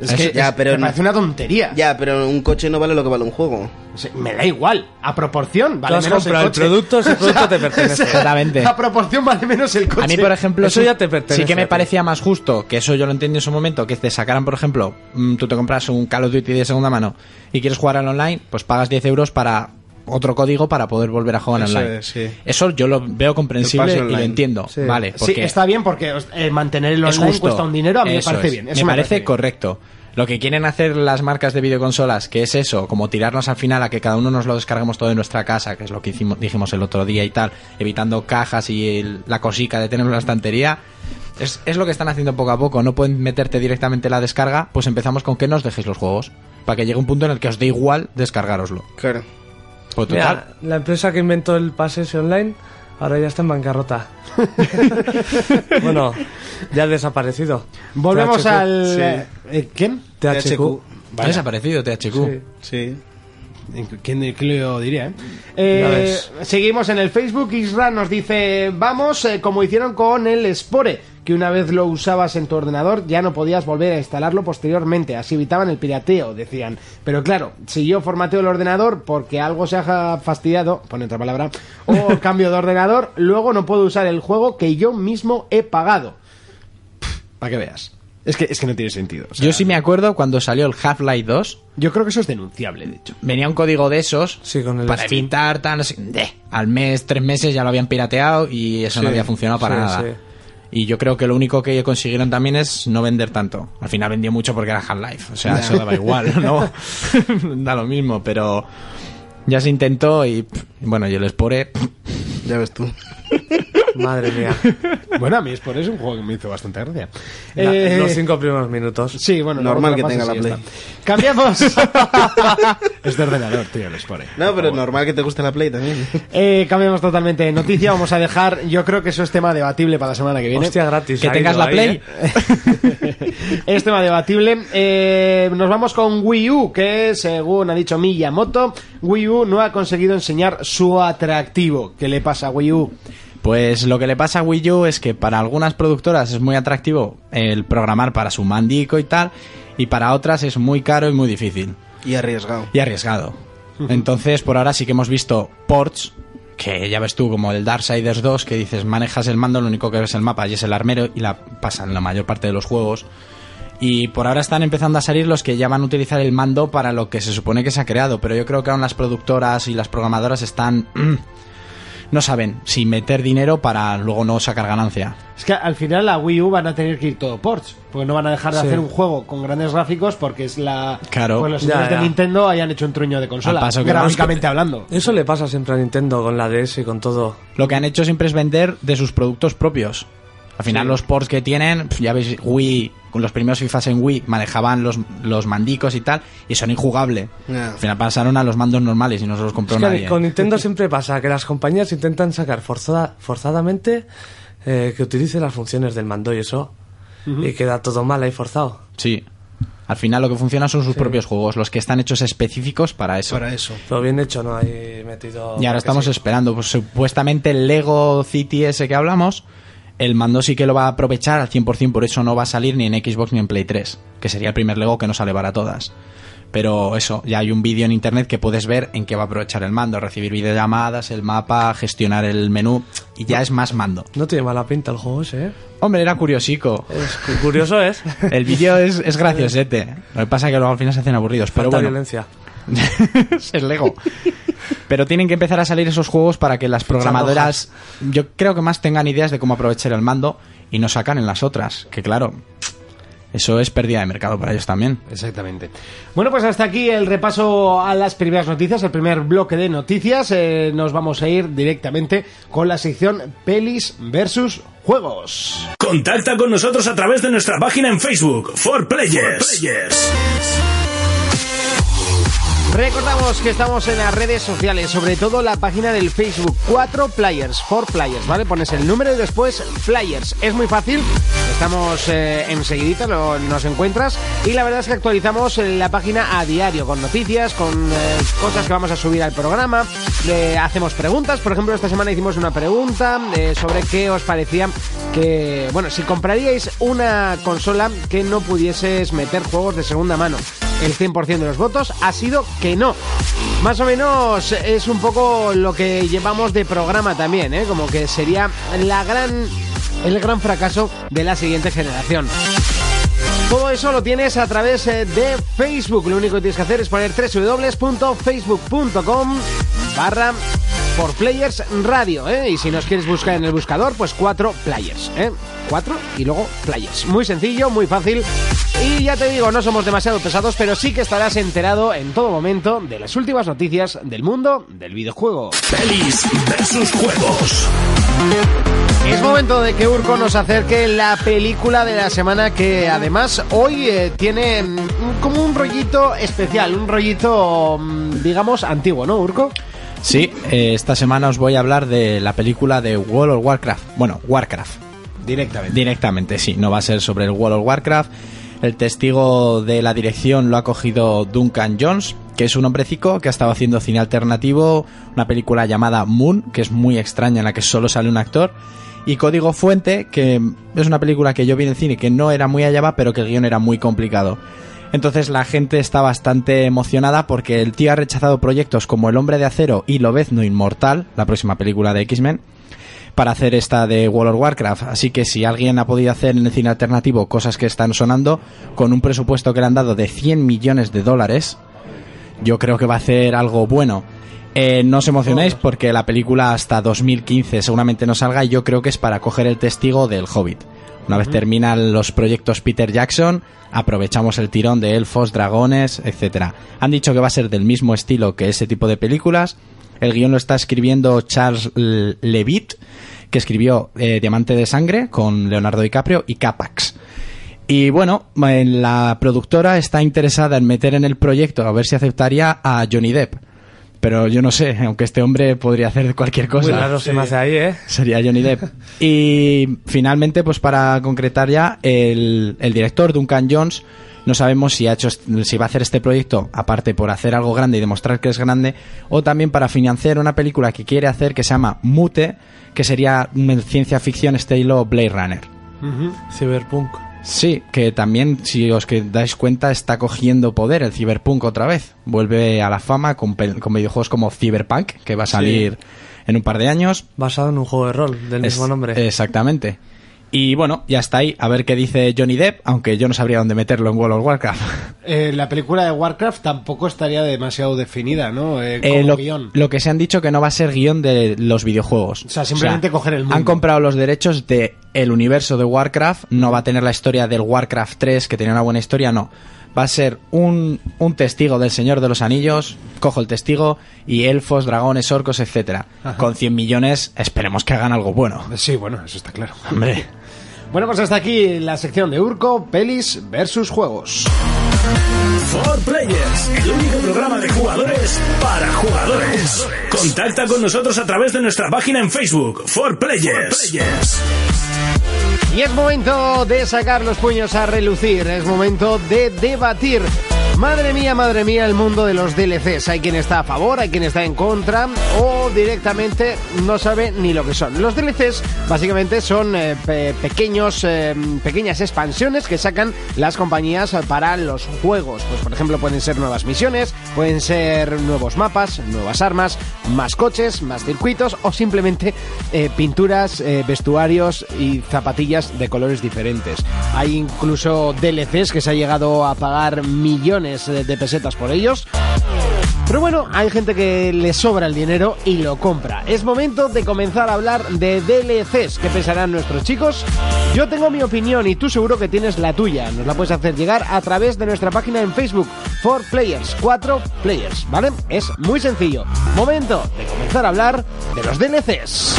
[SPEAKER 1] Es
[SPEAKER 4] Eso-
[SPEAKER 1] que
[SPEAKER 5] ya,
[SPEAKER 1] es-
[SPEAKER 5] pero
[SPEAKER 1] me
[SPEAKER 5] no-
[SPEAKER 1] parece una tontería.
[SPEAKER 5] Ya, pero un coche no vale lo que vale un juego.
[SPEAKER 1] Sí, Me da igual, a proporción vale
[SPEAKER 6] Tú has
[SPEAKER 1] menos el
[SPEAKER 6] comprado el
[SPEAKER 1] coche.
[SPEAKER 6] producto, ese producto te pertenece.
[SPEAKER 4] Exactamente.
[SPEAKER 1] A proporción vale menos el coche.
[SPEAKER 4] a mí por ejemplo
[SPEAKER 6] Eso
[SPEAKER 4] sí-
[SPEAKER 6] ya te pertenece
[SPEAKER 4] sí que
[SPEAKER 6] a
[SPEAKER 4] me
[SPEAKER 6] ti.
[SPEAKER 4] parecía más justo que eso yo lo entendí en su momento que te sacaran por ejemplo mm, tú te compras un Call of Duty de segunda mano y quieres jugar al online pues pagas 10 euros para otro código para poder volver a jugar
[SPEAKER 5] Eso
[SPEAKER 4] online
[SPEAKER 5] es, sí.
[SPEAKER 4] eso yo lo veo comprensible y
[SPEAKER 5] pase
[SPEAKER 4] lo
[SPEAKER 5] online.
[SPEAKER 4] entiendo
[SPEAKER 6] Sí.
[SPEAKER 4] vale
[SPEAKER 1] Sí,
[SPEAKER 4] porque
[SPEAKER 1] está bien porque os- eh, mantener el
[SPEAKER 4] Es
[SPEAKER 1] online
[SPEAKER 4] justo.
[SPEAKER 1] cuesta un dinero, a mí
[SPEAKER 4] Eso
[SPEAKER 1] me parece
[SPEAKER 4] es.
[SPEAKER 1] bien.
[SPEAKER 4] Me
[SPEAKER 1] eso
[SPEAKER 4] parece,
[SPEAKER 1] bien.
[SPEAKER 4] correcto. Lo que quieren hacer las marcas de videoconsolas, que es eso, como tirarnos al final a que cada uno nos lo descarguemos todo en nuestra casa, que es lo que hicimos, dijimos el otro día y tal, evitando cajas y el- la cosica de tener una estantería. Es, es lo que están haciendo poco a poco, no pueden meterte directamente la descarga, pues empezamos con que nos dejéis los juegos, para que llegue un punto en el que os dé igual descargaroslo.
[SPEAKER 5] Claro.
[SPEAKER 4] Pues total,
[SPEAKER 6] Mira, la empresa que inventó el pase ese online ahora ya está en bancarrota. bueno, ya ha desaparecido.
[SPEAKER 1] Volvemos
[SPEAKER 6] THQ.
[SPEAKER 1] al. eh, ¿Quién?
[SPEAKER 6] THQ.
[SPEAKER 4] ha desaparecido THQ.
[SPEAKER 6] Sí.
[SPEAKER 5] Sí.
[SPEAKER 1] ¿Quién lo diría, eh?
[SPEAKER 6] Ya ves.
[SPEAKER 1] seguimos en el Facebook. Isra nos dice: Vamos, eh, como hicieron con el Spore, que una vez lo usabas en tu ordenador ya no podías volver a instalarlo posteriormente. Así evitaban el pirateo, decían. Pero claro, si yo formateo el ordenador porque algo se ha fastidiado, pone otra palabra, o cambio de ordenador, luego no puedo usar el juego que yo mismo he pagado. Para que veas. Es que, es que no tiene sentido. o sea,
[SPEAKER 4] Yo sí me acuerdo cuando salió el Half-Life 2,
[SPEAKER 1] yo creo que eso es denunciable, de hecho.
[SPEAKER 4] venía un código de esos
[SPEAKER 6] Sí, con el
[SPEAKER 4] para
[SPEAKER 6] Steam.
[SPEAKER 4] evitar tan de, al mes tres meses ya lo habían pirateado y eso no
[SPEAKER 6] Sí,
[SPEAKER 4] había funcionado para
[SPEAKER 6] sí,
[SPEAKER 4] nada
[SPEAKER 6] sí.
[SPEAKER 4] y yo creo que lo único que consiguieron también es no vender tanto al final vendió mucho porque era Half Life o sea eso daba igual no da lo mismo pero ya se intentó y pff, bueno yo les pone
[SPEAKER 5] Ya ves tú.
[SPEAKER 6] Madre mía.
[SPEAKER 1] Bueno, a mí es por eso un juego que me hizo bastante gracia.
[SPEAKER 6] La-
[SPEAKER 1] Eh,
[SPEAKER 6] Los cinco primeros minutos.
[SPEAKER 1] Sí, bueno,
[SPEAKER 5] Normal
[SPEAKER 1] luego te
[SPEAKER 5] que
[SPEAKER 1] lo pasas
[SPEAKER 5] tenga la
[SPEAKER 1] y ya está. Cambiamos. es de ordenador, tío, les pone.
[SPEAKER 4] Ah,
[SPEAKER 5] No, pero normal que te guste la Play también.
[SPEAKER 1] Eh, cambiamos totalmente de noticia. Vamos a dejar. Yo creo que eso es tema debatible para la semana que viene.
[SPEAKER 6] Hostia, gratis.
[SPEAKER 4] Que
[SPEAKER 6] ha
[SPEAKER 4] tengas
[SPEAKER 6] ido
[SPEAKER 4] la
[SPEAKER 6] ahí,
[SPEAKER 4] Play.
[SPEAKER 6] ¿eh?
[SPEAKER 1] es tema debatible. Eh, nos vamos con Wii U, que según ha dicho Miyamoto, Wii U no ha conseguido enseñar su atractivo. ¿Qué le pasa a Wii U?
[SPEAKER 4] Pues lo que le pasa a Wii U es que para algunas productoras es muy atractivo el programar para su mandico y tal, y para otras es muy caro y muy difícil
[SPEAKER 5] Y arriesgado.
[SPEAKER 4] y arriesgado. Entonces, por ahora sí que hemos visto ports, que ya ves tú, como el Darksiders 2, que dices, manejas el mando, lo único que ves es el mapa y es el armero, y la pasan la mayor parte de los juegos. Y por ahora están empezando a salir los que ya van a utilizar el mando para lo que se supone que se ha creado, pero yo creo que aún las productoras y las programadoras están... mm, no saben si meter dinero para luego no sacar ganancia.
[SPEAKER 1] Es que al final la Wii U van a tener que ir todo ports, porque no van a dejar de
[SPEAKER 6] Sí.
[SPEAKER 1] hacer un juego con grandes gráficos porque es la
[SPEAKER 4] Claro.
[SPEAKER 1] pues los
[SPEAKER 6] Ya,
[SPEAKER 1] señores de
[SPEAKER 6] ya.
[SPEAKER 1] Nintendo hayan hecho un truño de consola,
[SPEAKER 4] Al paso que
[SPEAKER 1] gráficamente hablando.
[SPEAKER 6] Eso le pasa siempre a Nintendo con la DS y con todo.
[SPEAKER 4] Lo que han hecho siempre es vender de sus productos propios. Al final los ports que tienen, pf, ya veis, Wii, con los primeros FIFAs en Wii manejaban los, los mandicos y tal, y son injugables.
[SPEAKER 5] Ya.
[SPEAKER 4] Al final pasaron a los mandos normales y no se los compró
[SPEAKER 6] Es que
[SPEAKER 4] nadie.
[SPEAKER 6] con Nintendo siempre pasa que las compañías intentan sacar forzada- forzadamente eh, que utilice las funciones del mando y eso. Y queda todo mal ahí forzado.
[SPEAKER 4] Sí. Al final lo que funciona son sus propios juegos, los que están hechos específicos para eso.
[SPEAKER 5] Para eso.
[SPEAKER 6] Pero bien hecho, ¿no? Ahí metido.
[SPEAKER 4] Y ahora
[SPEAKER 6] Oh, porque
[SPEAKER 4] estamos
[SPEAKER 6] sí.
[SPEAKER 4] esperando, pues supuestamente el Lego City ese que hablamos, el mando sí que lo va a aprovechar al 100%, por eso no va a salir ni en Xbox ni en Play 3, que sería el primer Lego que no sale para todas. Pero eso, ya hay un vídeo en internet que puedes ver en qué va a aprovechar el mando, recibir videollamadas, el mapa, gestionar el menú, y ya es más mando.
[SPEAKER 6] No tiene mala pinta el juego ese, ¿eh?
[SPEAKER 4] Hombre, era curiosico.
[SPEAKER 6] Es cu- curioso,
[SPEAKER 4] ¿eh?
[SPEAKER 6] es.
[SPEAKER 4] El vídeo es, es graciosete. Lo que pasa es que luego al final se hacen aburridos, pero
[SPEAKER 6] Falta
[SPEAKER 4] bueno.
[SPEAKER 6] violencia.
[SPEAKER 4] es Lego. Pero tienen que empezar a salir esos juegos para que las programadoras, yo creo que más tengan ideas de cómo aprovechar el mando y no sacan en las otras. Que claro, eso es pérdida de mercado para ellos también.
[SPEAKER 1] Exactamente. Bueno, pues hasta aquí el repaso a las primeras noticias, el primer bloque de noticias. Eh, nos vamos a ir directamente con la sección Pelis versus Juegos.
[SPEAKER 2] Contacta con nosotros a través de nuestra página en Facebook, For Players.
[SPEAKER 1] Recordamos que estamos en las redes sociales, sobre todo la página del Facebook 4 Players, 4 Players, ¿vale? Pones el número y después Players. Es muy fácil, estamos eh, enseguidita, lo- nos encuentras y la verdad es que actualizamos eh, la página a diario con noticias, con eh, cosas que vamos a subir al programa, le hacemos preguntas, por ejemplo esta semana hicimos una pregunta eh, sobre qué os parecía que, bueno, si compraríais una consola que no pudieses meter juegos de segunda mano el 100% de los votos ha sido que no. Más o menos es un poco lo que llevamos de programa también, ¿eh? como que sería la gran, el gran fracaso de la siguiente generación. Todo eso lo tienes a través eh, de Facebook. Lo único que tienes que hacer es poner www.facebook.com barra por Players Radio. ¿eh? Y si nos quieres buscar en el buscador, pues cuatro players. ¿eh? Cuatro y luego players. Muy sencillo, muy fácil. Y ya te digo, no somos demasiado pesados, pero sí que estarás enterado en todo momento de las últimas noticias del mundo del videojuego.
[SPEAKER 2] Pelis versus juegos.
[SPEAKER 1] Es momento de que Urco nos acerque la película de la semana que además hoy eh, tiene mm, como un rollito especial, un rollito, mm, digamos, antiguo, ¿no, Urco?
[SPEAKER 4] Sí, eh, esta semana os voy a hablar de la película de World of Warcraft. Bueno, Warcraft. Directamente. Directamente, sí. No va a ser sobre el World of Warcraft. El testigo de la dirección lo ha cogido Duncan Jones, que es un hombrecico que ha estado haciendo cine alternativo, una película llamada Moon, que es muy extraña en la que solo sale un actor, y Código Fuente, que es una película que yo vi en el cine que no era muy allá va, pero que el guión era muy complicado. Entonces la gente está bastante emocionada porque el tío ha rechazado proyectos como El Hombre de Acero y Lobezno Inmortal, la próxima película de X-Men, para hacer esta de World of Warcraft. Así que si alguien ha podido hacer en el cine alternativo cosas que están sonando, con un presupuesto que le han dado de 100 millones de dólares, yo creo que va a hacer algo bueno. Eh, no os emocionéis porque la película hasta 2015 seguramente no salga y yo creo que es para coger el testigo del Hobbit. Una vez terminan los proyectos Peter Jackson, aprovechamos el tirón de elfos, dragones, etcétera. Han dicho que va a ser del mismo estilo que ese tipo de películas. El guión lo está escribiendo Charles L- Levitt, que escribió eh, Diamante de Sangre con Leonardo DiCaprio y Capax. Y bueno, eh, la productora está interesada en meter en el proyecto a ver si aceptaría a Johnny Depp. Pero yo no sé, aunque este hombre podría hacer cualquier cosa.
[SPEAKER 6] Muy raro se me hace ahí, ¿eh?
[SPEAKER 4] Sería Johnny Depp. Y finalmente, pues para concretar ya, el, el director Duncan Jones no sabemos si ha hecho est- si va a hacer este proyecto aparte por hacer algo grande y demostrar que es grande o también para financiar una película que quiere hacer que se llama Mute, que sería mm, ciencia ficción estilo Blade Runner.
[SPEAKER 6] Cyberpunk.
[SPEAKER 4] Sí, que también, si os que dais cuenta, está cogiendo poder el Cyberpunk otra vez. Vuelve a la fama con, pel- con videojuegos como Cyberpunk, que va a salir en un par de años.
[SPEAKER 6] Basado en un juego de rol del
[SPEAKER 4] Es-
[SPEAKER 6] mismo nombre.
[SPEAKER 4] Exactamente. Y bueno, ya está ahí. A ver qué dice Johnny Depp, aunque yo no sabría dónde meterlo en World of Warcraft.
[SPEAKER 1] Eh, la película de Warcraft tampoco estaría demasiado definida, ¿no? Eh, como
[SPEAKER 4] Eh, lo,
[SPEAKER 1] guión.
[SPEAKER 4] lo que se han dicho que no va a ser guión de los videojuegos.
[SPEAKER 1] O sea, simplemente coger el mundo.
[SPEAKER 4] Han comprado los derechos de el universo de Warcraft. No va a tener la historia del Warcraft 3, que tenía una buena historia, no. Va a ser un, un testigo del Señor de los Anillos. Cojo el testigo y elfos, dragones, orcos, etcétera. Con 100 millones, esperemos que hagan algo bueno.
[SPEAKER 1] Sí, bueno, eso está claro.
[SPEAKER 4] Hombre.
[SPEAKER 1] Bueno, pues hasta aquí la sección de Urco, pelis versus juegos.
[SPEAKER 2] For Players, el único programa de jugadores para jugadores. Contacta con nosotros a través de nuestra página en Facebook, For Players.
[SPEAKER 1] Y es momento de sacar los puños a relucir, es momento de debatir. Madre mía, madre mía, el mundo de los DLCs. Hay quien está a favor, hay quien está en contra o directamente no sabe ni lo que son. Los DLCs básicamente son eh, pe- pequeños, eh, pequeñas expansiones que sacan las compañías para los juegos. Pues por ejemplo pueden ser nuevas misiones, pueden ser nuevos mapas, nuevas armas, más coches, más circuitos o simplemente eh, pinturas, eh, vestuarios y zapatillas de colores diferentes. Hay incluso DLCs que se ha llegado a pagar millones de de pesetas por ellos. Pero bueno, hay gente que le sobra el dinero y lo compra. Es momento de comenzar a hablar de DLCs. ¿Qué pensarán nuestros chicos? Yo tengo mi opinión y tú seguro que tienes la tuya. Nos la puedes hacer llegar a través de nuestra página en Facebook, 4 Players, 4 Players, ¿vale? Es muy sencillo. Momento de comenzar a hablar de los DLCs.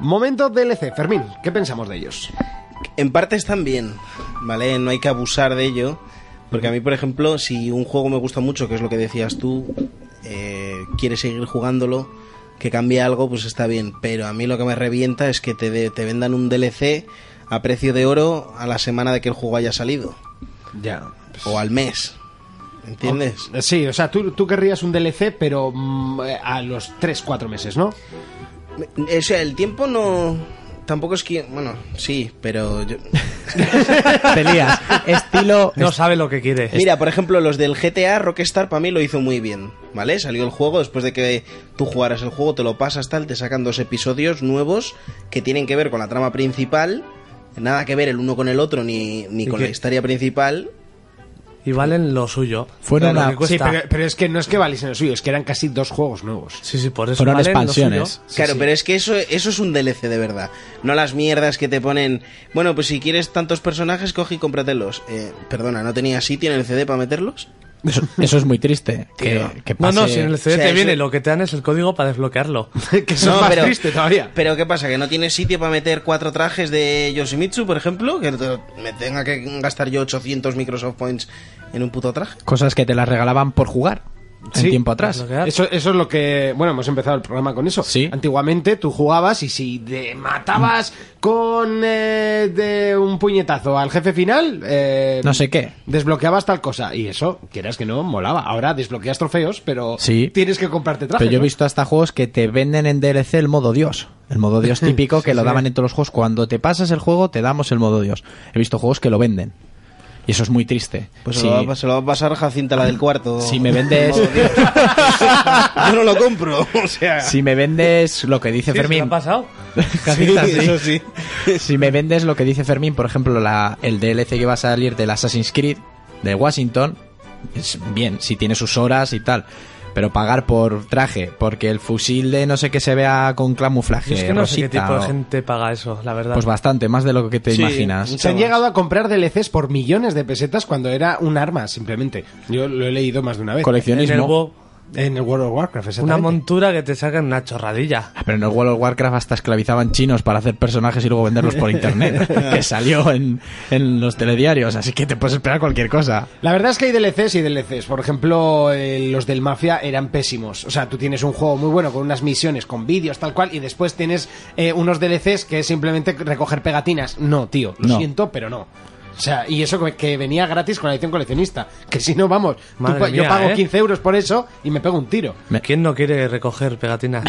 [SPEAKER 1] Momento DLC, Fermín, ¿qué pensamos de ellos?
[SPEAKER 5] En parte están bien, ¿vale? No hay que abusar de ello. Porque a mí, por ejemplo, si un juego me gusta mucho, que es lo que decías tú, eh, quieres seguir jugándolo, que cambie algo, pues está bien. Pero a mí lo que me revienta es que te, de- te vendan un DLC a precio de oro a la semana de que el juego haya salido.
[SPEAKER 1] Ya.
[SPEAKER 5] O E al mes. ¿Entiendes?
[SPEAKER 1] Oh, Sí, o sea, tú, tú querrías un DLC, pero mm, eh, a los 3-4 meses, ¿no?
[SPEAKER 5] O sea, el tiempo no... Tampoco es que... Bueno, sí, pero... yo-
[SPEAKER 4] Peleas. Estilo.
[SPEAKER 6] No sabe lo que quiere.
[SPEAKER 5] Mira, por ejemplo, los del GTA, Rockstar para mí lo hizo muy bien, ¿vale? Salió el juego después de que tú jugaras el juego, te lo pasas tal, te sacan dos episodios nuevos que tienen que ver con la trama principal, nada que ver el uno con el otro ni, ni
[SPEAKER 6] ¿Y
[SPEAKER 5] con
[SPEAKER 6] qué?
[SPEAKER 5] la historia principal.
[SPEAKER 6] Y valen lo suyo.
[SPEAKER 4] Fueron
[SPEAKER 6] Lo
[SPEAKER 4] a-
[SPEAKER 6] que cuesta.
[SPEAKER 1] Sí, pero, pero es que no es que valiesen los suyos, es que eran casi dos juegos nuevos.
[SPEAKER 6] Sí, sí, por eso
[SPEAKER 4] Fueron
[SPEAKER 6] valen lo
[SPEAKER 4] expansiones.
[SPEAKER 6] suyo.
[SPEAKER 5] claro, pero es que eso, eso es un DLC de verdad, no las mierdas que te ponen, bueno, pues si quieres tantos personajes, coge y cómpratelos. Eh, perdona, ¿no tenía sitio en el CD para meterlos?
[SPEAKER 4] Eso, eso es muy triste. Que,
[SPEAKER 5] Tío.
[SPEAKER 4] que
[SPEAKER 6] No,
[SPEAKER 4] pase...
[SPEAKER 6] no, si en el CD
[SPEAKER 5] O sea,
[SPEAKER 6] te
[SPEAKER 5] eso-
[SPEAKER 6] viene, lo que te dan es el código para desbloquearlo.
[SPEAKER 1] que eso es más triste todavía.
[SPEAKER 5] Pero ¿qué pasa? ¿Que no tienes sitio para meter cuatro trajes de Yoshimitsu, por ejemplo? ¿Que te- me tenga que gastar yo 800 Microsoft Points en un puto traje?
[SPEAKER 4] Cosas que te las regalaban por jugar.
[SPEAKER 1] Sí.
[SPEAKER 4] en tiempo atrás.
[SPEAKER 6] Desbloquear.
[SPEAKER 1] Eso, eso es lo que. Bueno, hemos empezado el programa con eso.
[SPEAKER 4] Sí.
[SPEAKER 1] Antiguamente tú jugabas y si te matabas con eh, de un puñetazo al jefe final. eh,
[SPEAKER 4] No sé qué.
[SPEAKER 1] Desbloqueabas tal cosa. Y eso, quieras que no, molaba. Ahora desbloqueas trofeos, pero
[SPEAKER 4] Sí.
[SPEAKER 1] tienes que comprarte trajes.
[SPEAKER 4] Pero yo he
[SPEAKER 1] ¿no?
[SPEAKER 4] visto hasta juegos que te venden en DLC el modo Dios. El modo Dios típico que lo daban en todos los juegos. Cuando te pasas el juego, te damos el modo Dios. He visto juegos que lo venden. Y eso es muy triste.
[SPEAKER 5] Pues
[SPEAKER 4] Si-
[SPEAKER 5] se, lo va, se lo va a pasar Jacinta, la del cuarto.
[SPEAKER 4] Si me vendes-
[SPEAKER 5] Modo Dios. yo no lo compro. O sea...
[SPEAKER 4] si me vendes lo que dice
[SPEAKER 6] Sí, ¿se
[SPEAKER 4] Fermín.
[SPEAKER 6] lo ha pasado?
[SPEAKER 4] Cajita, sí.
[SPEAKER 5] eso sí.
[SPEAKER 4] si me vendes lo que dice Fermín, por ejemplo, la, el DLC que va a salir del Assassin's Creed de Washington, es bien, si tiene sus horas y tal. Pero pagar por traje, porque el fusil de no sé qué se vea con camuflaje.
[SPEAKER 6] Yo es que no sé qué
[SPEAKER 4] rosita
[SPEAKER 6] tipo de
[SPEAKER 4] o-
[SPEAKER 6] gente paga eso, la verdad.
[SPEAKER 4] Pues bastante, más de lo que te
[SPEAKER 5] Sí,
[SPEAKER 4] imaginas.
[SPEAKER 5] mucho
[SPEAKER 7] Se han
[SPEAKER 5] más.
[SPEAKER 7] llegado a comprar DLCs por millones de pesetas cuando era un arma, simplemente. Yo lo he leído más de una vez.
[SPEAKER 6] En el
[SPEAKER 4] Coleccionismo.
[SPEAKER 6] WoW,
[SPEAKER 7] En el World of Warcraft,
[SPEAKER 6] una
[SPEAKER 7] exactamente.
[SPEAKER 6] montura que te sacan una chorradilla.
[SPEAKER 4] Ah, Pero en el World of Warcraft hasta esclavizaban chinos para hacer personajes y luego venderlos por internet, que salió en, en los telediarios, así que te puedes esperar cualquier cosa.
[SPEAKER 7] La verdad es que hay DLCs y DLCs. Por ejemplo, eh, los del Mafia eran pésimos. O sea, tú tienes un juego muy bueno con unas misiones, con vídeos, tal cual, y después tienes eh, unos DLCs que es simplemente recoger pegatinas. No, tío, lo
[SPEAKER 4] No.
[SPEAKER 7] siento, pero no. O sea, y eso que- que venía gratis con la edición coleccionista. Que si no, vamos, tú
[SPEAKER 6] Madre
[SPEAKER 7] pa- yo
[SPEAKER 6] mía,
[SPEAKER 7] pago
[SPEAKER 6] ¿eh?
[SPEAKER 7] 15 euros por eso y me pego un tiro.
[SPEAKER 4] Me-
[SPEAKER 6] ¿Quién no quiere recoger pegatinas?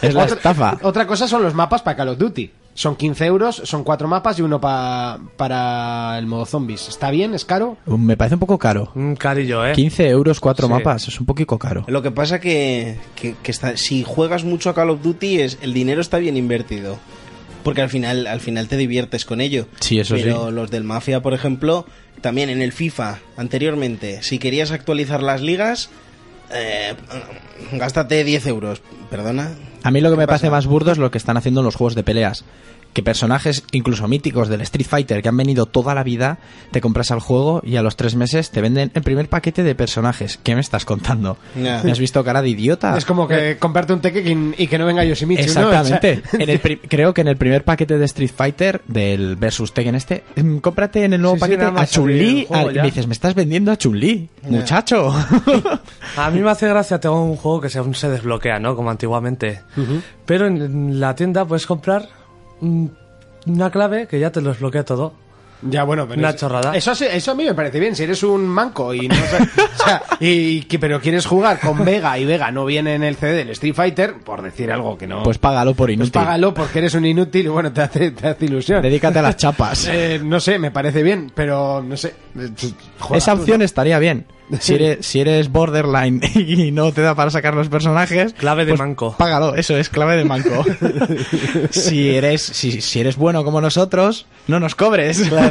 [SPEAKER 4] Es la
[SPEAKER 7] otra,
[SPEAKER 4] estafa.
[SPEAKER 7] otra cosa son los mapas para Call of Duty. Son 15 euros, son cuatro mapas y uno pa- para el modo zombies. ¿Está bien? ¿Es caro?
[SPEAKER 4] Me parece un poco caro.
[SPEAKER 6] Un carillo, ¿eh?
[SPEAKER 4] 15 euros, cuatro
[SPEAKER 6] Sí.
[SPEAKER 4] mapas, es un poquito caro.
[SPEAKER 5] Lo que pasa que, que- que está- si juegas mucho a Call of Duty es el dinero está bien invertido. Porque al final, al final te diviertes con ello.
[SPEAKER 4] Sí, eso
[SPEAKER 5] Pero
[SPEAKER 4] sí.
[SPEAKER 5] los del Mafia, por ejemplo, también en el FIFA, anteriormente, si querías actualizar las ligas, eh, gástate 10 euros. Perdona.
[SPEAKER 4] A mí lo que
[SPEAKER 5] ¿Qué
[SPEAKER 4] me
[SPEAKER 5] pasa?
[SPEAKER 4] parece más burdo es lo que están haciendo en los juegos de peleas. Que personajes, incluso míticos del Street Fighter, que han venido toda la vida, te compras al juego y a los tres meses te venden el primer paquete de personajes. ¿Qué me estás contando?
[SPEAKER 5] Ya.
[SPEAKER 4] ¿Me has visto cara de idiota?
[SPEAKER 7] Es como que
[SPEAKER 1] Eh.
[SPEAKER 7] comprarte un Tekken y que no venga Yoshimichi. ¿no?
[SPEAKER 4] Exactamente.
[SPEAKER 7] O sea,
[SPEAKER 4] En el pri- creo que en el primer paquete de Street Fighter del versus Tekken este, mm, cómprate en el nuevo
[SPEAKER 6] Sí, sí,
[SPEAKER 4] paquete
[SPEAKER 6] nada
[SPEAKER 4] a
[SPEAKER 6] más salir el
[SPEAKER 4] Chun-Li.
[SPEAKER 6] juego
[SPEAKER 4] Ah,
[SPEAKER 6] ya.
[SPEAKER 4] Me dices, me estás vendiendo a Chun-Li, muchacho.
[SPEAKER 6] A mí me hace gracia, tengo un juego que se- aún se desbloquea, ¿no? Como antiguamente. Pero en- en la tienda puedes comprar mm, una clave que ya te lo desbloquea todo.
[SPEAKER 7] Ya, bueno, pero
[SPEAKER 6] Una
[SPEAKER 7] es-
[SPEAKER 6] chorrada.
[SPEAKER 7] Eso, sí- eso a mí me parece bien. Si eres un manco y no. o sea, y, que- pero quieres jugar con Vega y Vega no viene en el CD del Street Fighter, por decir algo que no.
[SPEAKER 4] pues págalo por
[SPEAKER 7] Pues
[SPEAKER 4] inútil.
[SPEAKER 7] págalo porque eres un inútil y bueno, te hace, te hace ilusión.
[SPEAKER 4] Dedícate a las chapas.
[SPEAKER 7] Eh, no sé, me parece bien, pero no sé. Eh, juega
[SPEAKER 4] Esa
[SPEAKER 7] tú,
[SPEAKER 4] opción
[SPEAKER 7] ¿no?
[SPEAKER 4] estaría bien. Si eres, si eres borderline y no te da para sacar los personajes, pues
[SPEAKER 6] Clave de manco.
[SPEAKER 4] Págalo, eso es clave de manco. si eres si, si eres bueno como nosotros, no nos cobres.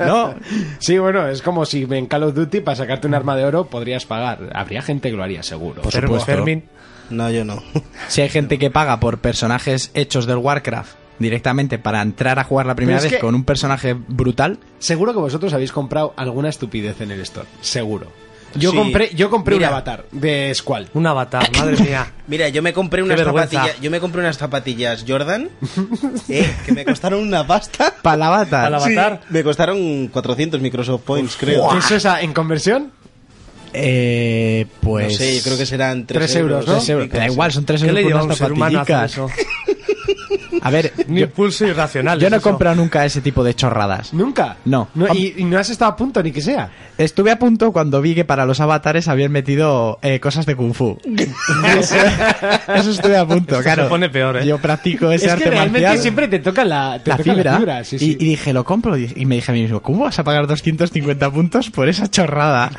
[SPEAKER 4] no,
[SPEAKER 7] Sí, bueno, es como si en Call of Duty para sacarte un arma de oro podrías pagar. Habría gente que lo haría seguro.
[SPEAKER 4] Por
[SPEAKER 6] Fermo-
[SPEAKER 4] supuesto.
[SPEAKER 6] Fermín.
[SPEAKER 5] No, yo no.
[SPEAKER 4] Si hay gente que paga por personajes hechos del Warcraft directamente para entrar a jugar la primera
[SPEAKER 7] Pero es
[SPEAKER 4] vez
[SPEAKER 7] que-
[SPEAKER 4] con un personaje brutal,
[SPEAKER 7] Seguro que vosotros habéis comprado alguna estupidez en el store. Seguro. Yo
[SPEAKER 5] Sí.
[SPEAKER 7] compré, yo compré
[SPEAKER 5] Mira.
[SPEAKER 7] un avatar de Squall.
[SPEAKER 6] Un avatar, madre mía.
[SPEAKER 5] Mira, yo me compré unas
[SPEAKER 6] vergüenza.
[SPEAKER 5] zapatillas. Yo me compré unas zapatillas Jordan, eh, que me costaron una pasta.
[SPEAKER 4] palabata.
[SPEAKER 6] Al avatar.
[SPEAKER 5] Me costaron 400 Microsoft Points, creo.
[SPEAKER 7] ¿Eso es a- en conversión?
[SPEAKER 4] Eh, pues.
[SPEAKER 5] No sé, yo creo que serán 3,
[SPEAKER 7] Tres euros, ¿no?
[SPEAKER 4] tres euros. Da igual, son tres
[SPEAKER 6] ¿Qué
[SPEAKER 4] euros
[SPEAKER 6] le
[SPEAKER 4] por
[SPEAKER 6] lleva a un
[SPEAKER 4] unas
[SPEAKER 6] ser humano a hacer
[SPEAKER 4] zapatillicas.
[SPEAKER 6] eso?
[SPEAKER 4] A ver,
[SPEAKER 6] Un
[SPEAKER 4] yo,
[SPEAKER 6] impulso irracional.
[SPEAKER 4] yo
[SPEAKER 6] es
[SPEAKER 4] no he
[SPEAKER 6] eso.
[SPEAKER 4] comprado nunca ese tipo de chorradas.
[SPEAKER 7] Nunca.
[SPEAKER 4] No.
[SPEAKER 7] y, y no has estado a punto ni que sea.
[SPEAKER 4] Estuve a punto cuando vi que para los avatares habían metido eh, cosas de kung fu. eso, eso estuve a punto,
[SPEAKER 6] Esto
[SPEAKER 4] claro.
[SPEAKER 6] se pone peor, ¿eh?
[SPEAKER 4] Yo practico ese
[SPEAKER 7] es
[SPEAKER 4] arte
[SPEAKER 7] que realmente
[SPEAKER 4] marcial.
[SPEAKER 7] siempre te toca la, te
[SPEAKER 4] la
[SPEAKER 7] toca
[SPEAKER 4] fibra,
[SPEAKER 7] sí,
[SPEAKER 4] y,
[SPEAKER 7] sí.
[SPEAKER 4] y dije, lo compro. Y y me dije a mí mismo, ¿cómo vas a pagar 250 puntos por esa chorrada?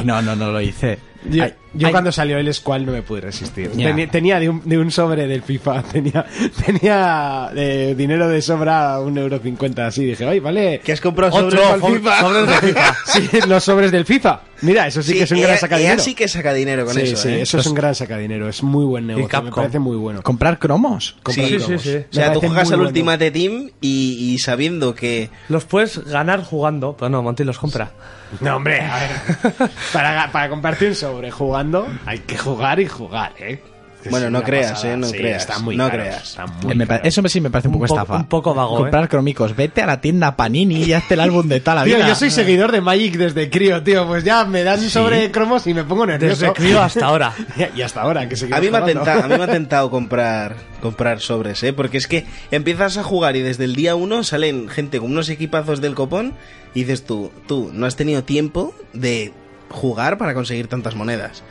[SPEAKER 4] y no, no, no lo hice.
[SPEAKER 7] yo
[SPEAKER 4] Ay,
[SPEAKER 7] yo
[SPEAKER 4] ay,
[SPEAKER 7] cuando salió el Squall no me pude resistir.
[SPEAKER 4] Ya.
[SPEAKER 7] Tenía, tenía de, un, de un sobre del FIFA, tenía, tenía eh, dinero de sobra, un euro cincuenta así. Dije, ay, vale.
[SPEAKER 5] Que has comprado
[SPEAKER 6] Otro
[SPEAKER 5] sobres para el
[SPEAKER 6] fo-
[SPEAKER 5] FIFA.
[SPEAKER 6] sobres de FIFA.
[SPEAKER 7] Sí, los sobres del FIFA. Mira, eso sí, que es un gran
[SPEAKER 5] EA-
[SPEAKER 7] sacadinero.
[SPEAKER 5] EA sí que saca dinero con
[SPEAKER 7] sí,
[SPEAKER 5] eso.
[SPEAKER 7] sí,
[SPEAKER 5] ¿eh?
[SPEAKER 7] eso es un gran sacadinero. Es muy buen negocio. Me
[SPEAKER 6] Capcom.
[SPEAKER 7] parece muy bueno.
[SPEAKER 4] Comprar cromos.
[SPEAKER 7] Comprar
[SPEAKER 5] Sí,
[SPEAKER 7] cromos.
[SPEAKER 6] sí, sí.
[SPEAKER 7] Me
[SPEAKER 5] O sea, tú
[SPEAKER 7] parece
[SPEAKER 5] juegas
[SPEAKER 7] muy
[SPEAKER 5] al
[SPEAKER 7] bueno.
[SPEAKER 5] Ultimate Team y, y sabiendo que.
[SPEAKER 6] Los puedes ganar jugando, pero no, Monty los compra.
[SPEAKER 7] No, hombre, a ver. Para, para compartir un sobre jugando, hay que jugar y jugar, ¿eh? Es
[SPEAKER 5] Bueno, no
[SPEAKER 7] una
[SPEAKER 5] creas,
[SPEAKER 7] pasada.
[SPEAKER 5] ¿eh? No
[SPEAKER 7] Sí,
[SPEAKER 5] creas.
[SPEAKER 7] Están muy
[SPEAKER 5] No
[SPEAKER 7] caros,
[SPEAKER 5] creas.
[SPEAKER 7] están
[SPEAKER 4] Eh,
[SPEAKER 7] muy
[SPEAKER 4] me pa-
[SPEAKER 7] caros.
[SPEAKER 4] eso sí me parece un poco
[SPEAKER 6] Un poco-
[SPEAKER 4] estafa.
[SPEAKER 6] un poco vago, ¿eh?
[SPEAKER 4] Comprar cromicos. Vete a la tienda Panini y hazte el álbum de tal
[SPEAKER 7] Tío,
[SPEAKER 4] vida.
[SPEAKER 7] yo soy seguidor de Magic desde crío, tío. Pues ya me dan sobre cromos y me pongo nervioso.
[SPEAKER 6] Desde crío hasta ahora.
[SPEAKER 7] y hasta ahora, que seguimos
[SPEAKER 5] A mí, me ha
[SPEAKER 7] jugando.
[SPEAKER 5] tentado, a mí me ha tentado comprar, comprar sobres, ¿eh? Porque es que empiezas a jugar y desde el día uno salen gente con unos equipazos del copón y dices tú, tú no has tenido tiempo de jugar para conseguir tantas monedas.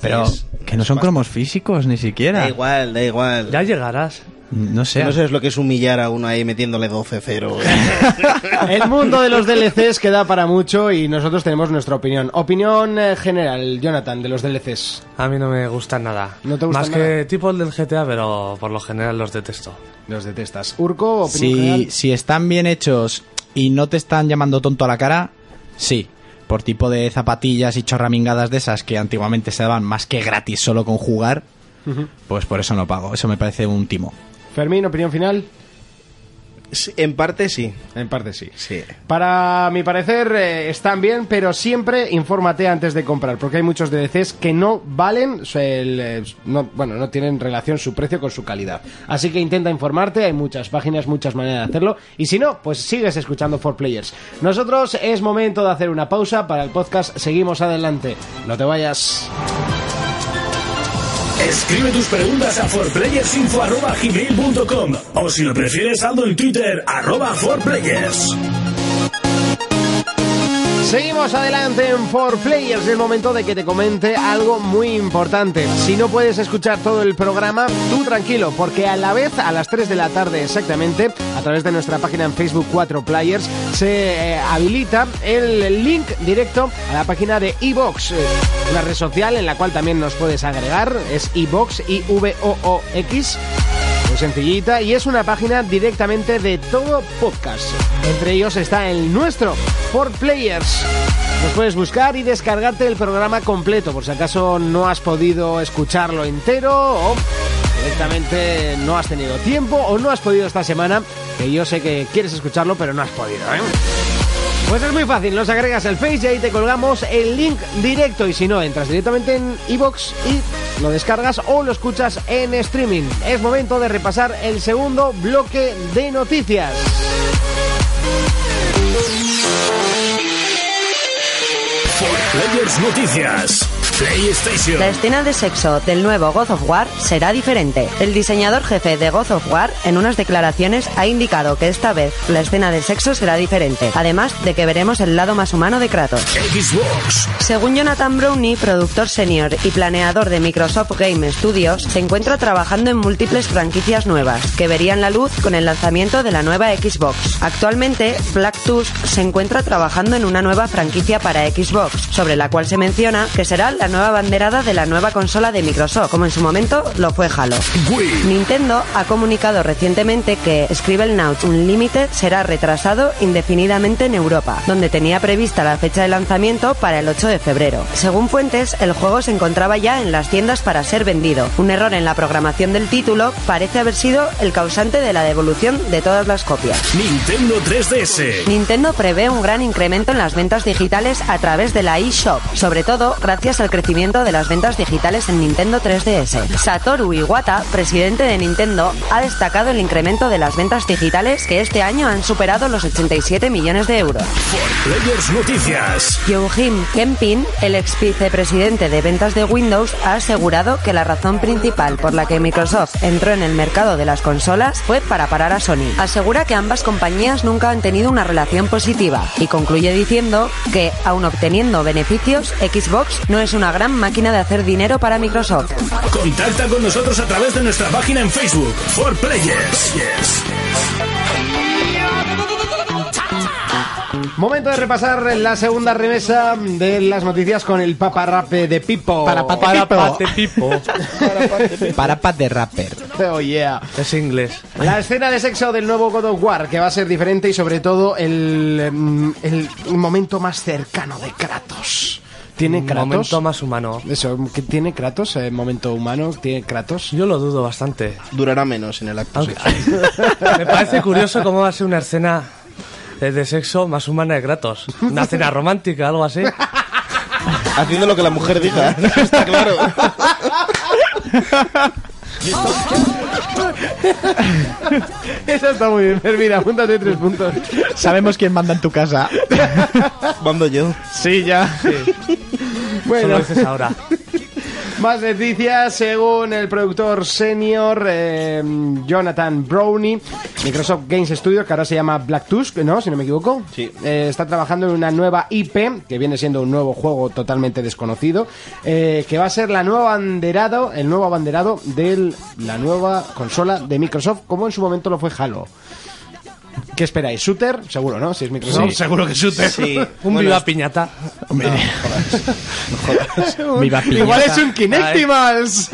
[SPEAKER 4] Pero
[SPEAKER 5] Es-
[SPEAKER 4] que no
[SPEAKER 5] es
[SPEAKER 4] son
[SPEAKER 5] bastante-
[SPEAKER 4] cromos físicos ni siquiera.
[SPEAKER 5] Da igual, da igual.
[SPEAKER 6] Ya llegarás.
[SPEAKER 4] No sé.
[SPEAKER 5] No sabes lo que es humillar a uno ahí metiéndole 12-0.
[SPEAKER 7] El mundo de los DLCs queda para mucho y nosotros tenemos nuestra opinión. Opinión eh, general, Jonathan, de los DLCs.
[SPEAKER 6] A mí no me gustan nada.
[SPEAKER 7] ¿No te gustan
[SPEAKER 6] Más
[SPEAKER 7] nada?
[SPEAKER 6] que tipo el del GTA, pero por lo general los detesto.
[SPEAKER 7] Los detestas. Urco,
[SPEAKER 4] si,
[SPEAKER 7] opinión general.
[SPEAKER 4] si están bien hechos y no te están llamando tonto a la cara, sí. por tipo de zapatillas y chorramingadas de esas que antiguamente se daban más que gratis solo con jugar, pues por eso no pago. Eso me parece un timo.
[SPEAKER 1] Fermín, opinión final.
[SPEAKER 5] Sí, En parte sí.
[SPEAKER 1] En parte sí.
[SPEAKER 5] Sí.
[SPEAKER 1] Para mi parecer eh, están bien, pero siempre infórmate antes de comprar, porque hay muchos DLCs que no valen, su- el, eh, no, bueno, no tienen relación su precio con su calidad. Así que intenta informarte, hay muchas páginas, muchas maneras de hacerlo, y si no, pues sigues escuchando 4Players. Nosotros es momento de hacer una pausa para el podcast, seguimos adelante. No te vayas.
[SPEAKER 2] Escribe tus preguntas a forplayersinfo.com o si lo prefieres, saldo en Twitter, arroba forplayers.
[SPEAKER 1] Seguimos adelante en 4Players. Es el momento de que te comente algo muy importante. Si no puedes escuchar todo el programa, tú tranquilo, porque a la vez, a las 3 de la tarde exactamente, a través de nuestra página en Facebook 4Players, se eh, habilita el link directo a la página de Evox, una red social en la cual también nos puedes agregar. Es Evox, I-V-O-O-X. Muy sencillita y es una página directamente de todo podcast. Entre ellos está el nuestro, For Players. Nos puedes buscar y descargarte el programa completo por si acaso no has podido escucharlo entero o directamente no has tenido tiempo o no has podido esta semana, que yo sé que quieres escucharlo pero no has podido. ¿eh? Pues es muy fácil, nos agregas el Face y ahí te colgamos el link directo y si no, entras directamente en iBox y lo descargas o lo escuchas en streaming. Es momento de repasar el segundo bloque de noticias.
[SPEAKER 2] Players Noticias. PlayStation.
[SPEAKER 3] La escena de sexo del nuevo God of War será diferente. El diseñador jefe de God of War en unas declaraciones ha indicado que esta vez la escena de sexo será diferente, además de que veremos el lado más humano de Kratos.
[SPEAKER 2] Xbox.
[SPEAKER 3] Según Jonathan Brownie, productor senior y planeador de Microsoft Game Studios, se encuentra trabajando en múltiples franquicias nuevas, que verían la luz con el lanzamiento de la nueva Xbox. Actualmente, Black Tusk se encuentra trabajando en una nueva franquicia para Xbox, sobre la cual se menciona que será la nueva banderada de la nueva consola de Microsoft, como en su momento lo fue Halo.
[SPEAKER 2] Wii.
[SPEAKER 3] Nintendo ha comunicado recientemente que Scribblenauts Unlimited será retrasado indefinidamente en Europa, donde tenía prevista la fecha de lanzamiento para el 8 de febrero. Según fuentes, el juego se encontraba ya en las tiendas para ser vendido. Un error en la programación del título parece haber sido el causante de la devolución de todas las copias.
[SPEAKER 2] Nintendo 3DS.
[SPEAKER 3] Nintendo prevé un gran incremento en las ventas digitales a través de la eShop, sobre todo gracias al crecimiento de las ventas digitales en Nintendo 3DS. Satoru Iwata, presidente de Nintendo, ha destacado el incremento de las ventas digitales que este año han superado los 87 millones de euros.
[SPEAKER 2] Players Noticias.
[SPEAKER 3] Youjin Kempin, el ex vicepresidente de ventas de Windows, ha asegurado que la razón principal por la que Microsoft entró en el mercado de las consolas fue para parar a Sony. Asegura que ambas compañías nunca han tenido una relación positiva y concluye diciendo que, aun obteniendo beneficios, Xbox no es una gran máquina de hacer dinero para Microsoft.
[SPEAKER 2] Contacta con nosotros a través de nuestra página en Facebook, For Players.
[SPEAKER 1] Momento de repasar la segunda remesa de las noticias con el paparrape de Pipo.
[SPEAKER 4] Para pa-
[SPEAKER 6] Para
[SPEAKER 4] Pipo.
[SPEAKER 6] pate pipo.
[SPEAKER 4] Para pat de rapper.
[SPEAKER 1] Oh, yeah.
[SPEAKER 6] Es inglés.
[SPEAKER 1] La escena de sexo del nuevo God of War, que va a ser diferente y sobre todo el, em, el momento más cercano de Kratos. ¿Tiene Kratos?
[SPEAKER 6] Mm, Momento más humano.
[SPEAKER 1] Eso, que tiene Kratos, eh, momento humano, tiene Kratos.
[SPEAKER 6] Yo lo dudo bastante.
[SPEAKER 5] Durará menos en el acto.
[SPEAKER 6] Aunque- me parece curioso cómo va a ser una escena eh, de sexo más humana de Kratos. Una escena romántica, algo así.
[SPEAKER 5] Haciendo lo que la mujer diga. Está claro.
[SPEAKER 1] Eso está muy bien, mira, apúntate tres puntos.
[SPEAKER 4] Sabemos quién manda en tu casa.
[SPEAKER 5] Mando yo.
[SPEAKER 4] Sí, ya.
[SPEAKER 6] Eso lo
[SPEAKER 1] Bueno,
[SPEAKER 6] dices ahora.
[SPEAKER 1] más noticias. Según el productor senior eh, Jonathan Brownie, Microsoft Games Studio, que ahora se llama Black Tusk, ¿no? Si no me equivoco.
[SPEAKER 5] Sí.
[SPEAKER 1] Eh, está trabajando en una nueva IP, que viene siendo un nuevo juego totalmente desconocido, eh, que va a ser la nueva abanderado, el nuevo abanderado de la nueva consola de Microsoft, como en su momento lo fue Halo. ¿Qué esperáis? ¿Shooter? Seguro, ¿no? Si es Microsoft,
[SPEAKER 4] Sí.
[SPEAKER 1] seguro que shooter.
[SPEAKER 5] Sí.
[SPEAKER 6] Un
[SPEAKER 5] Bueno,
[SPEAKER 6] viva piñata.
[SPEAKER 5] no, jodas, no jodas.
[SPEAKER 4] Viva piñata.
[SPEAKER 1] Igual es un Kinectimals.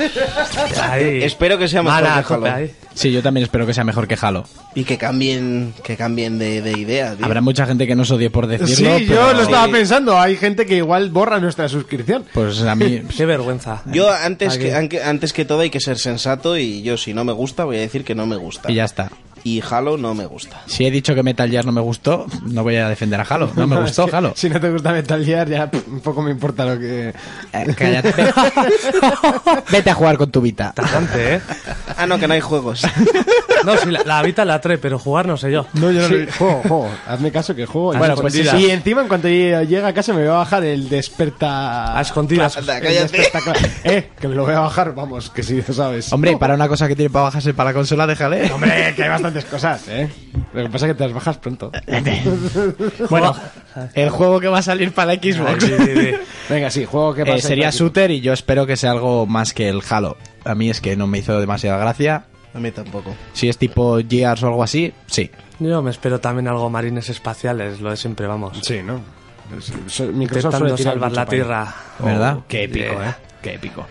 [SPEAKER 6] Ahí.
[SPEAKER 5] Espero que sea mejor
[SPEAKER 6] Mala,
[SPEAKER 5] que Halo.
[SPEAKER 6] jope, ahí.
[SPEAKER 4] Sí, yo también espero que sea mejor que Halo.
[SPEAKER 5] Y que cambien, que cambien de, de idea. tío.
[SPEAKER 4] Habrá mucha gente que nos odie por decirlo.
[SPEAKER 1] Sí, yo
[SPEAKER 4] pero-
[SPEAKER 1] lo estaba pensando. Hay gente que igual borra nuestra suscripción.
[SPEAKER 4] Pues a mí.
[SPEAKER 6] Qué vergüenza.
[SPEAKER 5] Yo antes
[SPEAKER 6] Aquí.
[SPEAKER 5] que, anque- antes que todo hay que ser sensato y yo si no me gusta voy a decir que no me gusta.
[SPEAKER 4] Y ya está.
[SPEAKER 5] Y Halo no me gusta.
[SPEAKER 4] Si he dicho que Metal Gear no me gustó, no voy a defender a Halo. No me gustó Halo.
[SPEAKER 1] Si no te gusta Metal Gear, ya pff, un poco me importa lo que...
[SPEAKER 4] Eh, cállate. Vete a jugar con tu Vita.
[SPEAKER 6] Tajante, ¿eh?
[SPEAKER 5] Ah, no, que no hay juegos.
[SPEAKER 6] No, sí, la, la Vita la trae, pero jugar no sé yo.
[SPEAKER 1] No, yo no lo- Juego, juego. Hazme caso que juego.
[SPEAKER 6] Bueno, pues
[SPEAKER 1] Ah, sí,
[SPEAKER 6] sí, sí.
[SPEAKER 1] Y encima, en cuanto llegue llegue a casa, me voy a bajar el desperta...
[SPEAKER 6] A escondidas.
[SPEAKER 5] Anda,
[SPEAKER 1] El
[SPEAKER 5] cállate.
[SPEAKER 1] desperta- Eh, que me lo voy a bajar, vamos, que si lo sabes.
[SPEAKER 4] Hombre, y para una cosa que tiene para bajarse para la consola, déjale.
[SPEAKER 1] Hombre, que hay bastantes cosas, ¿eh? Lo que pasa es que te las bajas pronto.
[SPEAKER 4] Bueno, el juego que va a salir para la
[SPEAKER 6] Ay,
[SPEAKER 4] Xbox.
[SPEAKER 6] sí, sí, sí.
[SPEAKER 1] Venga, sí, juego que
[SPEAKER 4] Eh,
[SPEAKER 1] pasa.
[SPEAKER 4] sería shooter y yo espero que sea algo más que el Halo. A mí es que no me hizo demasiada gracia.
[SPEAKER 5] A mí tampoco.
[SPEAKER 4] Si es tipo Gears o algo así, sí.
[SPEAKER 6] Yo me espero también algo marines espaciales, lo de siempre, vamos.
[SPEAKER 1] Sí, ¿no? Pues, eh, Microsoft suele
[SPEAKER 6] Intentando
[SPEAKER 1] tirar mucho
[SPEAKER 6] salvar la
[SPEAKER 1] para ahí.
[SPEAKER 6] tierra.
[SPEAKER 1] Oh.
[SPEAKER 4] ¿Verdad?
[SPEAKER 1] Qué épico,
[SPEAKER 6] Yeah.
[SPEAKER 1] ¿eh? Qué épico.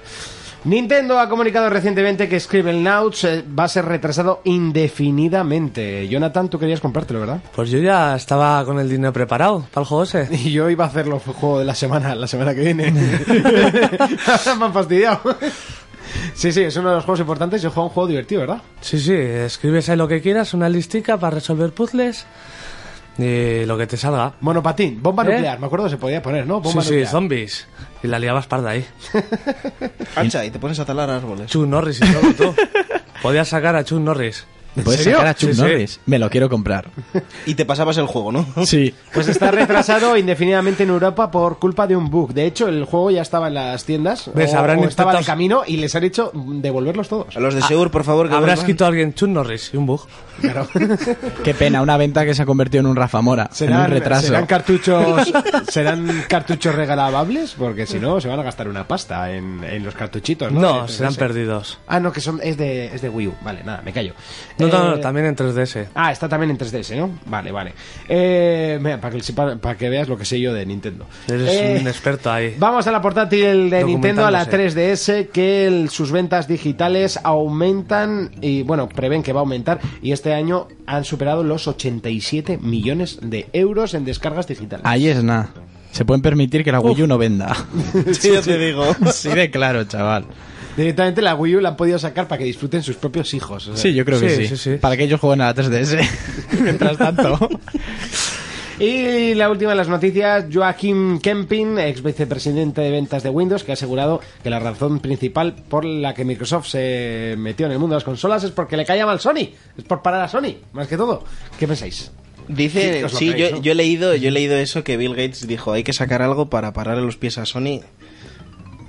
[SPEAKER 1] Nintendo ha comunicado recientemente que Scribblenauts eh, va a ser retrasado indefinidamente. Jonathan, tú querías comprártelo, ¿verdad?
[SPEAKER 6] Pues yo ya estaba con el dinero preparado para el juego ese.
[SPEAKER 1] Y yo iba a hacerlo juego de la semana, la semana que viene. Me han fastidiado. Sí, sí, es uno de los juegos importantes. Yo juego un juego divertido, ¿verdad?
[SPEAKER 6] Sí, sí, escribes ahí lo que quieras, una listica para resolver puzzles y lo que te salga.
[SPEAKER 1] Monopatín, bomba
[SPEAKER 6] ¿Eh?
[SPEAKER 1] nuclear. Me acuerdo que se podía poner, ¿no?
[SPEAKER 6] Sí,
[SPEAKER 1] Bomba
[SPEAKER 6] sí,
[SPEAKER 1] nuclear.
[SPEAKER 6] zombies. Y la liabas parda ahí.
[SPEAKER 5] Hacha, y te pones a talar árboles.
[SPEAKER 6] Chuck Norris y todo, tú. Podías sacar a Chuck Norris.
[SPEAKER 4] Puedes
[SPEAKER 1] serio?
[SPEAKER 4] sacar a Chuck
[SPEAKER 6] Sí, sí.
[SPEAKER 4] Norris. Me lo quiero comprar.
[SPEAKER 5] Y te pasabas el juego, ¿no?
[SPEAKER 4] Sí.
[SPEAKER 1] Pues está retrasado indefinidamente en Europa por culpa de un bug. De hecho, el juego ya estaba en las tiendas.
[SPEAKER 6] ¿Ves?
[SPEAKER 1] o-
[SPEAKER 6] Habrán
[SPEAKER 1] o estaba de
[SPEAKER 6] intentado-
[SPEAKER 1] camino y les han hecho devolverlos todos.
[SPEAKER 5] A los de Seur, por favor, que
[SPEAKER 6] Habrá
[SPEAKER 5] vuelvan.
[SPEAKER 6] escrito alguien Chuck Norris y un bug.
[SPEAKER 1] Claro.
[SPEAKER 4] Qué pena, una venta que se ha convertido en un Rafa Mora. en
[SPEAKER 1] Serán,
[SPEAKER 4] un retraso.
[SPEAKER 1] serán cartuchos serán cartuchos regalables porque si no se van a gastar una pasta en, en los cartuchitos no,
[SPEAKER 6] No,
[SPEAKER 1] De
[SPEAKER 6] serán
[SPEAKER 1] 3DS.
[SPEAKER 6] perdidos.
[SPEAKER 1] ah no que son es de es de Wii U vale nada me callo
[SPEAKER 6] No, no, no,
[SPEAKER 1] Eh,
[SPEAKER 6] también en 3DS.
[SPEAKER 1] Ah, está también en 3DS, ¿no? Vale, vale. Eh, mira, para que, para, para que veas lo que sé yo de Nintendo.
[SPEAKER 6] Eres
[SPEAKER 1] Eh,
[SPEAKER 6] un experto ahí.
[SPEAKER 1] Vamos a la portátil de Nintendo, a la
[SPEAKER 6] Documentándose.
[SPEAKER 1] 3DS, que el- sus ventas digitales aumentan y, bueno, prevén que va a aumentar. Y este año han superado los 87 millones de euros en descargas digitales.
[SPEAKER 4] Ahí es nada. Se pueden permitir que la Wii U no venda.
[SPEAKER 5] Sí, ya te digo.
[SPEAKER 4] Sí, de claro, chaval.
[SPEAKER 1] Directamente la Wii U la han podido sacar para que disfruten sus propios hijos. o sea.
[SPEAKER 4] Sí, yo creo que
[SPEAKER 6] Sí,
[SPEAKER 4] sí.
[SPEAKER 6] sí, sí.
[SPEAKER 4] Para que ellos jueguen a la 3DS. Mientras tanto.
[SPEAKER 1] Y la última de las noticias, Joaquín Kempin, ex vicepresidente de ventas de Windows, que ha asegurado que la razón principal por la que Microsoft se metió en el mundo de las consolas es porque le caía mal Sony. Es por parar a Sony, más que todo. ¿Qué pensáis? Sí,
[SPEAKER 5] Dice,
[SPEAKER 1] os lo
[SPEAKER 5] sí,
[SPEAKER 1] creéis,
[SPEAKER 5] yo,
[SPEAKER 1] ¿no?
[SPEAKER 5] yo he leído, yo he leído eso que Bill Gates dijo, hay que sacar algo para parar los pies a Sony.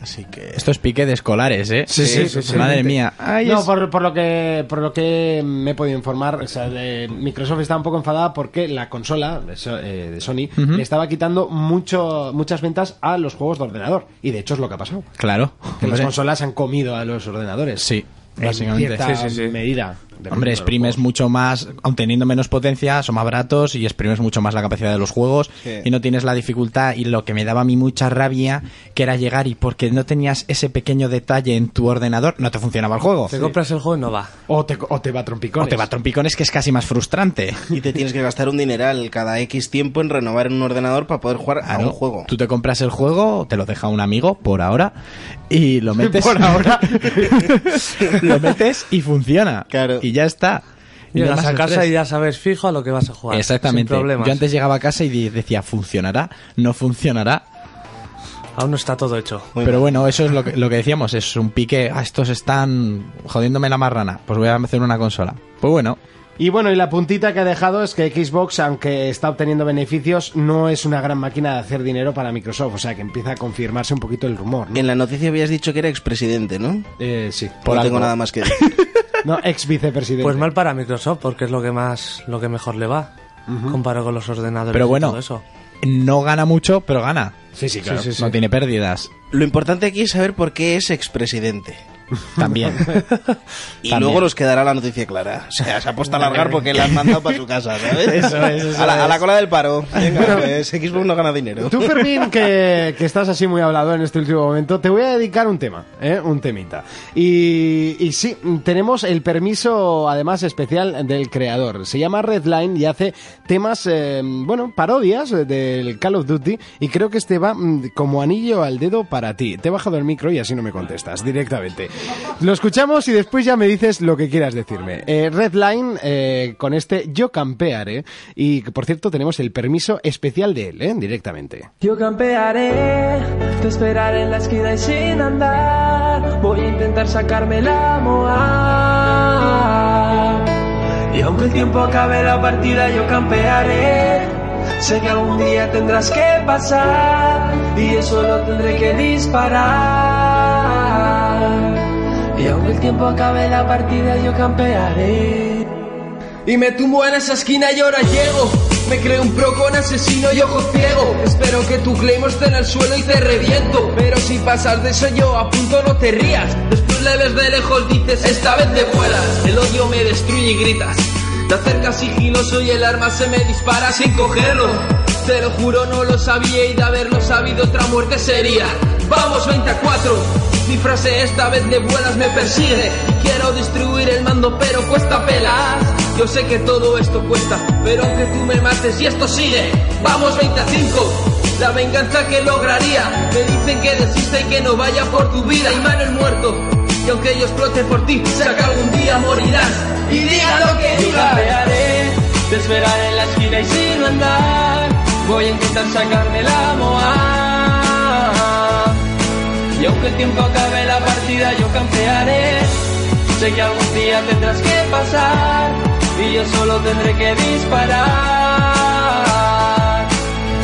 [SPEAKER 5] Así que
[SPEAKER 4] Esto es pique de escolares, ¿eh?
[SPEAKER 1] Sí, sí, sí, sí.
[SPEAKER 4] Madre mía. Ay,
[SPEAKER 1] no,
[SPEAKER 4] es-
[SPEAKER 1] por, por lo que por lo que me he podido informar, o sea, de- Microsoft está un poco enfadada porque la consola de, So- eh, de Sony le estaba quitando mucho muchas ventas a los juegos de ordenador. Y de hecho es lo que ha pasado.
[SPEAKER 4] Claro.
[SPEAKER 1] Que las
[SPEAKER 4] Hombre.
[SPEAKER 1] consolas han comido a los ordenadores.
[SPEAKER 4] Sí,
[SPEAKER 1] En
[SPEAKER 4] básicamente.
[SPEAKER 1] cierta
[SPEAKER 6] Sí, sí, sí.
[SPEAKER 1] medida. De
[SPEAKER 4] Hombre,
[SPEAKER 1] los
[SPEAKER 4] exprimes
[SPEAKER 1] juegos.
[SPEAKER 4] mucho más, aun teniendo menos potencia, son más baratos y exprimes mucho más la capacidad de los juegos
[SPEAKER 5] Sí.
[SPEAKER 4] y no tienes la dificultad y lo que me daba a mí mucha rabia, que era llegar y porque no tenías ese pequeño detalle en tu ordenador, no te funcionaba el juego.
[SPEAKER 6] Te compras el juego y no va.
[SPEAKER 1] O te, o te va a trompicones.
[SPEAKER 4] O te va a trompicones que es casi más frustrante.
[SPEAKER 5] y te tienes que gastar un dineral cada X tiempo en renovar un ordenador para poder jugar a
[SPEAKER 4] Claro,
[SPEAKER 5] un juego.
[SPEAKER 4] Ah, Tú te compras el juego, te lo deja un amigo por ahora y lo metes
[SPEAKER 1] Por ahora.
[SPEAKER 4] lo metes y funciona.
[SPEAKER 5] Claro.
[SPEAKER 4] Y ya está. Y no hay
[SPEAKER 6] Llegas
[SPEAKER 4] más
[SPEAKER 6] a casa
[SPEAKER 4] estrés.
[SPEAKER 6] y ya sabes fijo a lo que vas a jugar.
[SPEAKER 4] Exactamente.
[SPEAKER 6] Sin problemas.
[SPEAKER 4] Yo antes llegaba a casa y di- decía, ¿funcionará? ¿No funcionará?
[SPEAKER 6] Aún no está todo hecho.
[SPEAKER 5] Muy
[SPEAKER 4] Pero
[SPEAKER 5] mal.
[SPEAKER 4] bueno, eso es lo que, lo que decíamos, es un pique, ah, estos están jodiéndome la marrana, pues voy a hacer una consola. Pues bueno,
[SPEAKER 1] Y bueno, y la puntita que ha dejado es que Xbox, aunque está obteniendo beneficios, no es una gran máquina de hacer dinero para Microsoft. O sea, que empieza a confirmarse un poquito el rumor. ¿no?
[SPEAKER 5] En la noticia habías dicho que era expresidente, ¿no?
[SPEAKER 1] Eh, sí.
[SPEAKER 5] no
[SPEAKER 1] algo.
[SPEAKER 5] tengo nada más que decir.
[SPEAKER 1] No, ex vicepresidente.
[SPEAKER 6] Pues mal para Microsoft porque es lo que más, lo que mejor le va. Comparado con los ordenadores
[SPEAKER 4] pero
[SPEAKER 6] y
[SPEAKER 4] bueno,
[SPEAKER 6] todo eso.
[SPEAKER 4] no gana mucho, pero gana.
[SPEAKER 1] Sí, sí, claro.
[SPEAKER 4] No tiene pérdidas.
[SPEAKER 5] Lo importante aquí es saber por qué es expresidente.
[SPEAKER 4] También.
[SPEAKER 5] Y
[SPEAKER 4] También.
[SPEAKER 5] luego nos quedará la noticia clara. O sea, se ha puesto a largar porque la han mandado para su casa, ¿sabes?
[SPEAKER 1] Eso es, eso
[SPEAKER 5] a, la, a la
[SPEAKER 1] es.
[SPEAKER 5] cola del paro. Venga, pues, Xbox no gana dinero.
[SPEAKER 1] Tú, Fermín, que, que estás así muy hablado en este último momento, te voy a dedicar un tema, ¿eh? un temita. Y, y sí, tenemos el permiso, además, especial del creador. Se llama Redline y hace temas, eh, bueno, parodias del Call of Duty. Y creo que este va mm, como anillo al dedo para ti. Te he bajado el micro y así no me contestas directamente. Lo escuchamos y después ya me dices lo que quieras decirme. Eh, Redline, eh, con este Yo Campearé. Y, por cierto, tenemos el permiso especial de él, ¿eh? directamente.
[SPEAKER 8] Yo campearé, te esperaré en la esquina y sin andar. Voy a intentar sacarme la moa. Y aunque el tiempo acabe la partida, yo campearé. Sé que algún día tendrás que pasar y eso lo tendré que disparar. Y aunque el tiempo acabe la partida, yo campearé. Y me tumbo en esa esquina y ahora llego. Me creo un pro con asesino y ojo ciego. Espero que tu claim esté en el suelo y te reviento. Pero si pasas de eso yo a punto no te rías. Después le ves de lejos, dices, esta vez te vuelas. El odio me destruye y gritas. Te acercas sigiloso y el arma se me dispara sin cogerlo. Te lo juro, no lo sabía y de haberlo sabido otra muerte sería. Vamos 20 a 4. Mi frase esta vez de vuelas me persigue. Quiero destruir el mando, pero cuesta pelas. Yo sé que todo esto cuesta, pero aunque tú me mates y esto sigue. Vamos 25. La venganza que lograría. Me dicen que desista y que no vaya por tu vida. Y Manuel muerto. Y aunque yo explote por ti, sé que algún día morirás. Y diga lo que diga esperaré, te esperaré en la esquina y sin andar voy a intentar sacarme la moa. Y aunque el tiempo acabe la partida yo campearé, sé que algún día tendrás que pasar y yo solo tendré que disparar.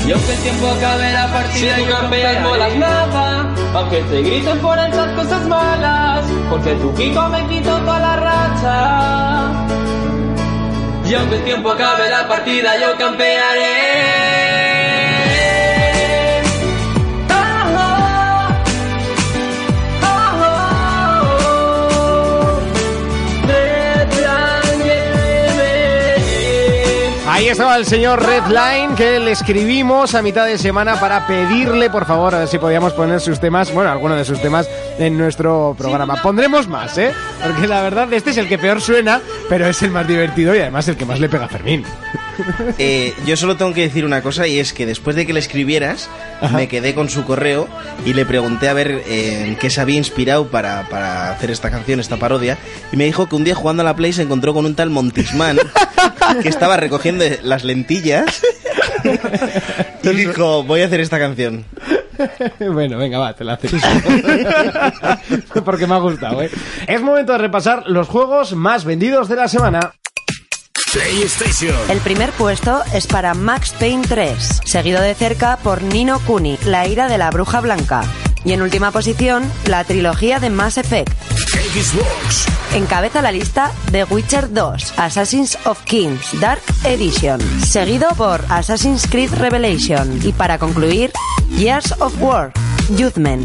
[SPEAKER 8] Y aunque el tiempo acabe la partida yo campearé, molas nada, aunque te griten por esas cosas malas, porque tu Kiko me quitó toda la racha. Y aunque el tiempo acabe la partida, yo campearé. Ah, ah, ah, ah. Detrás de mí.
[SPEAKER 1] Ahí estaba el señor Redline que le escribimos a mitad de semana para pedirle, por favor, a ver si podíamos poner sus temas, bueno, alguno de sus temas en nuestro programa. Pondremos más, ¿eh? Porque la verdad, este es el que peor suena, pero es el más divertido y además el que más le pega a Fermín.
[SPEAKER 5] Eh, yo solo tengo que decir una cosa y es que después de que le escribieras, me quedé con su correo y le pregunté a ver eh, en qué se había inspirado para, para hacer esta canción, esta parodia. Y me dijo que un día jugando a la Play se encontró con un tal Montismán que estaba recogiendo las lentillas y dijo: Voy a hacer esta canción.
[SPEAKER 1] bueno, venga, va, te la haces. Porque me ha gustado, ¿eh? Es momento de repasar los juegos más vendidos de la semana.
[SPEAKER 2] PlayStation.
[SPEAKER 3] El primer puesto es para Max Payne 3, seguido de cerca por Nino Kuni, La ira de la bruja blanca. Y en última posición, la trilogía de Mass Effect.
[SPEAKER 2] Xbox.
[SPEAKER 3] Encabeza la lista The Witcher 2, Assassin's of Kings Dark Edition, seguido por Assassin's Creed Revelation y para concluir, Years of War, Youthmen.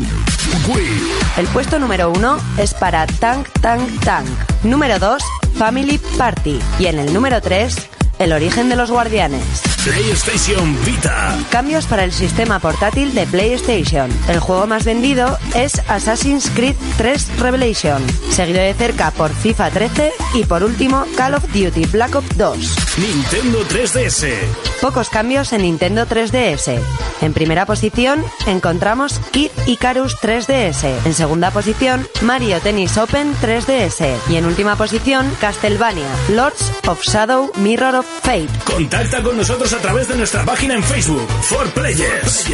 [SPEAKER 2] Wii.
[SPEAKER 3] El puesto número uno es para Tank Tank Tank. Número 2, Family Party. Y en el número 3, El origen de los guardianes.
[SPEAKER 2] PlayStation Vita.
[SPEAKER 3] Cambios para el sistema portátil de PlayStation. El juego más vendido es Assassin's Creed 3 Revelation, seguido de cerca por FIFA 13 y por último Call of Duty Black Ops 2.
[SPEAKER 2] Nintendo 3DS.
[SPEAKER 3] Pocos cambios en Nintendo 3DS. En primera posición encontramos Kid Icarus 3DS. En segunda posición Mario Tennis Open 3DS. Y en última posición Castlevania Lords of Shadow Mirror of Fate.
[SPEAKER 2] Contacta con nosotros a través de nuestra página en Facebook, For Players.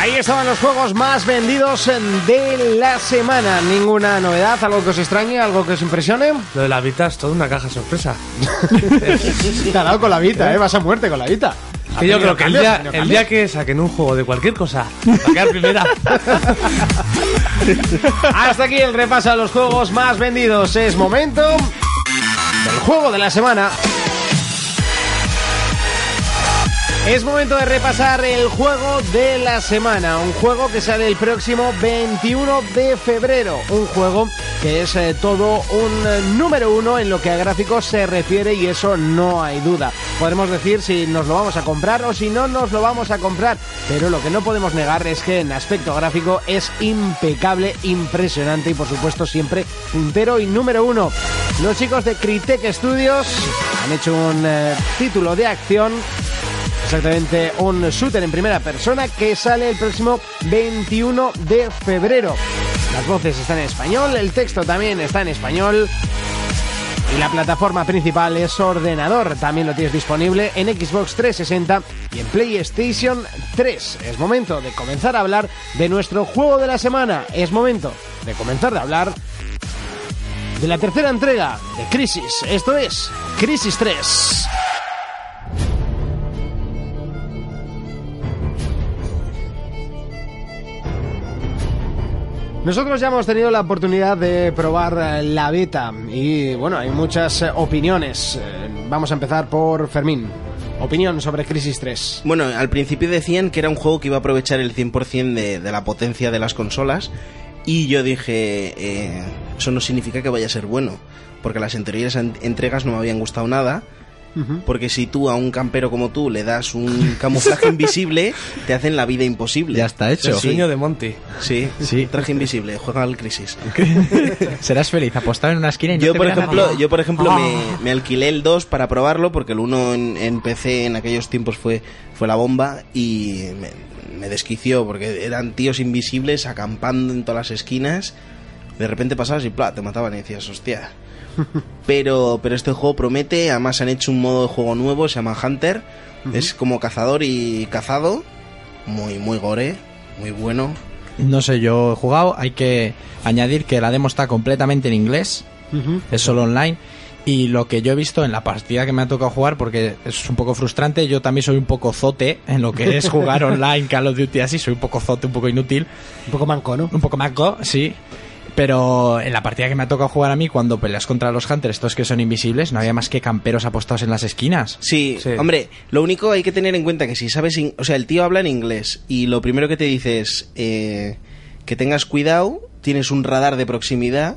[SPEAKER 1] Ahí estaban los juegos más vendidos de la semana. Ninguna novedad, algo que os extrañe, algo que os impresione.
[SPEAKER 6] Lo de la Vita es toda una caja sorpresa.
[SPEAKER 1] Te ha dado con la vida, ¿eh? Vas a muerte con la vida.
[SPEAKER 6] Que yo creo que el
[SPEAKER 1] Cambios,
[SPEAKER 6] día,
[SPEAKER 1] cambios,
[SPEAKER 6] el día que saquen un juego de cualquier cosa, va a quedar primera.
[SPEAKER 1] Hasta aquí el repaso a los juegos más vendidos. Es momento del juego de la semana. Es momento de repasar el juego de la semana, un juego que sale el próximo 21 de febrero, un juego que es eh, todo un eh, número uno en lo que a gráficos se refiere y eso no hay duda. Podemos decir si nos lo vamos a comprar o si no nos lo vamos a comprar, pero lo que no podemos negar es que en aspecto gráfico es impecable, impresionante y por supuesto siempre puntero y número uno. Los chicos de Critec Studios han hecho un eh, título de acción Exactamente, un shooter en primera persona que sale el próximo 21 de febrero. Las voces están en español, el texto también está en español. Y la plataforma principal es ordenador. También lo tienes disponible en Xbox 360 y en PlayStation 3. Es momento de comenzar a hablar de nuestro juego de la semana. Es momento de comenzar a hablar de la tercera entrega de Crisis. Esto es Crisis 3. Nosotros ya hemos tenido la oportunidad de probar eh, la beta y bueno, hay muchas eh, opiniones. Eh, Vamos a empezar por Fermín. Opinión sobre Crisis 3.
[SPEAKER 5] Bueno, al principio decían que era un juego que iba a aprovechar el 100% de, de la potencia de las consolas y yo dije, eh, eso no significa que vaya a ser bueno, porque las anteriores en- entregas no me habían gustado nada. Porque si tú a un campero como tú le das un camuflaje invisible, te hacen la vida imposible.
[SPEAKER 4] Ya está hecho.
[SPEAKER 6] El
[SPEAKER 5] Sí.
[SPEAKER 6] sueño de Monty.
[SPEAKER 5] Sí,
[SPEAKER 4] Sí.
[SPEAKER 5] traje invisible, juega al Crisis.
[SPEAKER 4] Serás feliz apostado en una esquina y no
[SPEAKER 5] Yo
[SPEAKER 4] te
[SPEAKER 5] por,
[SPEAKER 4] verá
[SPEAKER 5] ejemplo,
[SPEAKER 4] nadie.
[SPEAKER 5] yo, por ejemplo,
[SPEAKER 4] Ah.
[SPEAKER 5] me, me alquilé el 2 para probarlo, porque el 1 en, en PC en aquellos tiempos fue, fue la bomba y me, me desquició, porque eran tíos invisibles acampando en todas las esquinas. De repente pasabas y ¡plá! te mataban y decías, hostia. Pero, pero este juego promete, además han hecho un modo de juego nuevo, se llama Hunter. Es como cazador y cazado. Muy, muy gore, muy bueno.
[SPEAKER 4] No sé, yo he jugado. Hay que añadir que la demo está completamente en inglés. Es solo online. Y lo que yo he visto en la partida que me ha tocado jugar, porque es un poco frustrante, yo también soy un poco zote en lo que es jugar online Call of Duty así, soy un poco zote, un poco inútil.
[SPEAKER 1] Un poco manco, ¿no?
[SPEAKER 4] Un poco maco, sí. Pero en la partida que me ha tocado jugar a mí, cuando peleas contra los Hunters, estos que son invisibles, no había más que camperos apostados en las esquinas.
[SPEAKER 5] Sí,
[SPEAKER 6] Sí.
[SPEAKER 5] hombre, lo único hay que tener en cuenta que si sabes, in- o sea, el tío habla en inglés y lo primero que te dice es eh, que tengas cuidado, tienes un radar de proximidad,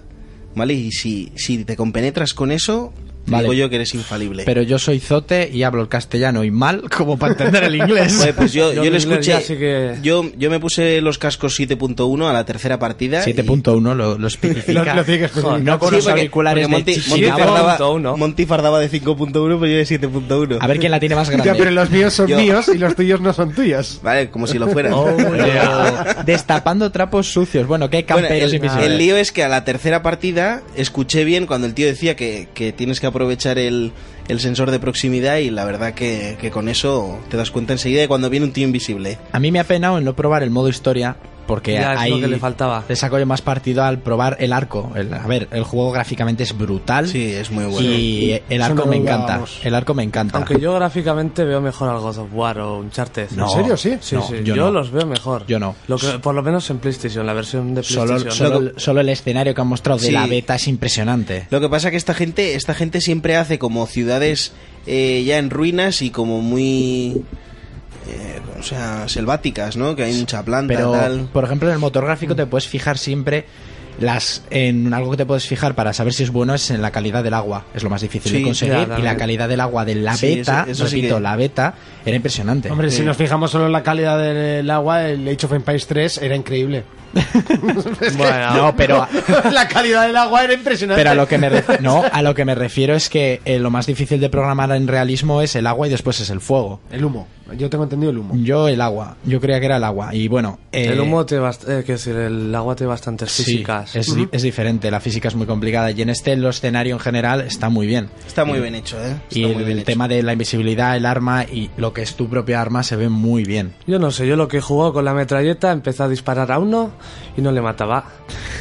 [SPEAKER 5] ¿vale? Y si, si te compenetras con eso,
[SPEAKER 4] Vale.
[SPEAKER 5] digo yo que eres infalible.
[SPEAKER 4] Pero yo soy zote y hablo el castellano y mal como para entender el inglés.
[SPEAKER 5] Joder, pues yo,
[SPEAKER 6] Yo
[SPEAKER 5] yo
[SPEAKER 6] en
[SPEAKER 5] le
[SPEAKER 6] inglés
[SPEAKER 5] escuché,
[SPEAKER 6] ya sí que-
[SPEAKER 5] yo, yo me puse los cascos 7.1 a la tercera partida. y-
[SPEAKER 4] 7.1 lo, lo especifica.
[SPEAKER 1] Lo- lo tiene que especificar.
[SPEAKER 4] no con
[SPEAKER 5] Sí,
[SPEAKER 4] los
[SPEAKER 5] porque-
[SPEAKER 4] auriculares
[SPEAKER 5] porque
[SPEAKER 4] de
[SPEAKER 5] Monty, Monty
[SPEAKER 4] Chichibabo.
[SPEAKER 6] 7.1.
[SPEAKER 5] fardaba, Monty fardaba de 5.1, pero pues yo de 7.1.
[SPEAKER 4] A ver quién la tiene más
[SPEAKER 1] Ya, pero
[SPEAKER 4] grande.
[SPEAKER 1] los míos son
[SPEAKER 5] Yo-
[SPEAKER 1] míos y los tuyos no son tuyos.
[SPEAKER 5] Vale, como si lo fuera.
[SPEAKER 4] Oh, yeah. Destapando trapos sucios. Bueno, que hay
[SPEAKER 5] Bueno,
[SPEAKER 4] camperos
[SPEAKER 5] el,
[SPEAKER 4] invisibles.
[SPEAKER 5] el lío es que a la tercera partida escuché bien cuando el tío decía que, que tienes que aprovechar el, el sensor de proximidad y la verdad que, que con eso te das cuenta enseguida de cuando viene un tío invisible.
[SPEAKER 4] A mí me ha penado en no probar el modo historia porque
[SPEAKER 6] Ya, es
[SPEAKER 4] ahí
[SPEAKER 6] lo que le faltaba.
[SPEAKER 4] saco yo más partido al probar el arco. El- a ver, el juego gráficamente es brutal
[SPEAKER 5] Sí, es muy bueno.
[SPEAKER 4] y el
[SPEAKER 1] Eso
[SPEAKER 4] arco
[SPEAKER 1] no
[SPEAKER 4] me
[SPEAKER 1] lo
[SPEAKER 4] encanta.
[SPEAKER 1] dábamos.
[SPEAKER 4] El arco me encanta.
[SPEAKER 6] Aunque yo gráficamente veo mejor al God of War o un
[SPEAKER 4] No,
[SPEAKER 1] ¿En serio? Sí.
[SPEAKER 6] Sí,
[SPEAKER 4] no,
[SPEAKER 6] sí,
[SPEAKER 4] Yo,
[SPEAKER 6] yo,
[SPEAKER 4] no.
[SPEAKER 6] los veo mejor.
[SPEAKER 4] Yo no.
[SPEAKER 6] Lo que- por lo menos en PlayStation, la versión de
[SPEAKER 4] Solo,
[SPEAKER 6] PlayStation.
[SPEAKER 4] solo el- solo el escenario que han mostrado de
[SPEAKER 5] Sí.
[SPEAKER 4] la beta es impresionante.
[SPEAKER 5] Lo que pasa que esta gente, esta gente siempre hace como ciudades eh, ya en ruinas y como muy... eh, o sea, selváticas, ¿no? Que hay mucha planta,
[SPEAKER 4] Pero, pues,
[SPEAKER 5] tal...
[SPEAKER 4] por ejemplo, en el motor gráfico te puedes fijar siempre las en algo que te puedes fijar para saber si es bueno es en la calidad del agua. Es lo más difícil
[SPEAKER 5] Sí,
[SPEAKER 4] de conseguir.
[SPEAKER 6] ya,
[SPEAKER 4] y la
[SPEAKER 6] también.
[SPEAKER 4] calidad del agua de la
[SPEAKER 5] Sí,
[SPEAKER 4] beta,
[SPEAKER 5] eso- eso sí
[SPEAKER 4] repito,
[SPEAKER 5] que-
[SPEAKER 4] la beta, era impresionante.
[SPEAKER 1] Hombre, si
[SPEAKER 5] Sí.
[SPEAKER 1] nos fijamos solo en la calidad del agua, el Age of Empires 3 era increíble.
[SPEAKER 6] Bueno,
[SPEAKER 4] No, pero a-
[SPEAKER 1] la calidad del agua era impresionante.
[SPEAKER 4] pero a lo que me ref- no, a lo que me refiero es que eh, lo más difícil de programar en realismo es el agua y después es el fuego.
[SPEAKER 1] El humo. Yo tengo entendido el humo.
[SPEAKER 4] Yo el agua, yo creía que era el agua y bueno, eh,
[SPEAKER 6] el humo te bast- eh, quiero decir, el agua te bastantes
[SPEAKER 4] sí,
[SPEAKER 6] físicas.
[SPEAKER 4] es, di- es diferente, la física es muy complicada y en este el escenario en general está muy bien.
[SPEAKER 5] Está muy bien hecho, ¿eh?
[SPEAKER 1] Pues
[SPEAKER 5] Está
[SPEAKER 4] Y
[SPEAKER 5] muy
[SPEAKER 4] el,
[SPEAKER 5] bien
[SPEAKER 4] el
[SPEAKER 5] hecho.
[SPEAKER 4] tema de la invisibilidad, el arma y lo que es tu propia arma se ve muy bien.
[SPEAKER 6] Yo no sé, yo lo que he jugado con la metralleta empecé a disparar a uno y no le mataba.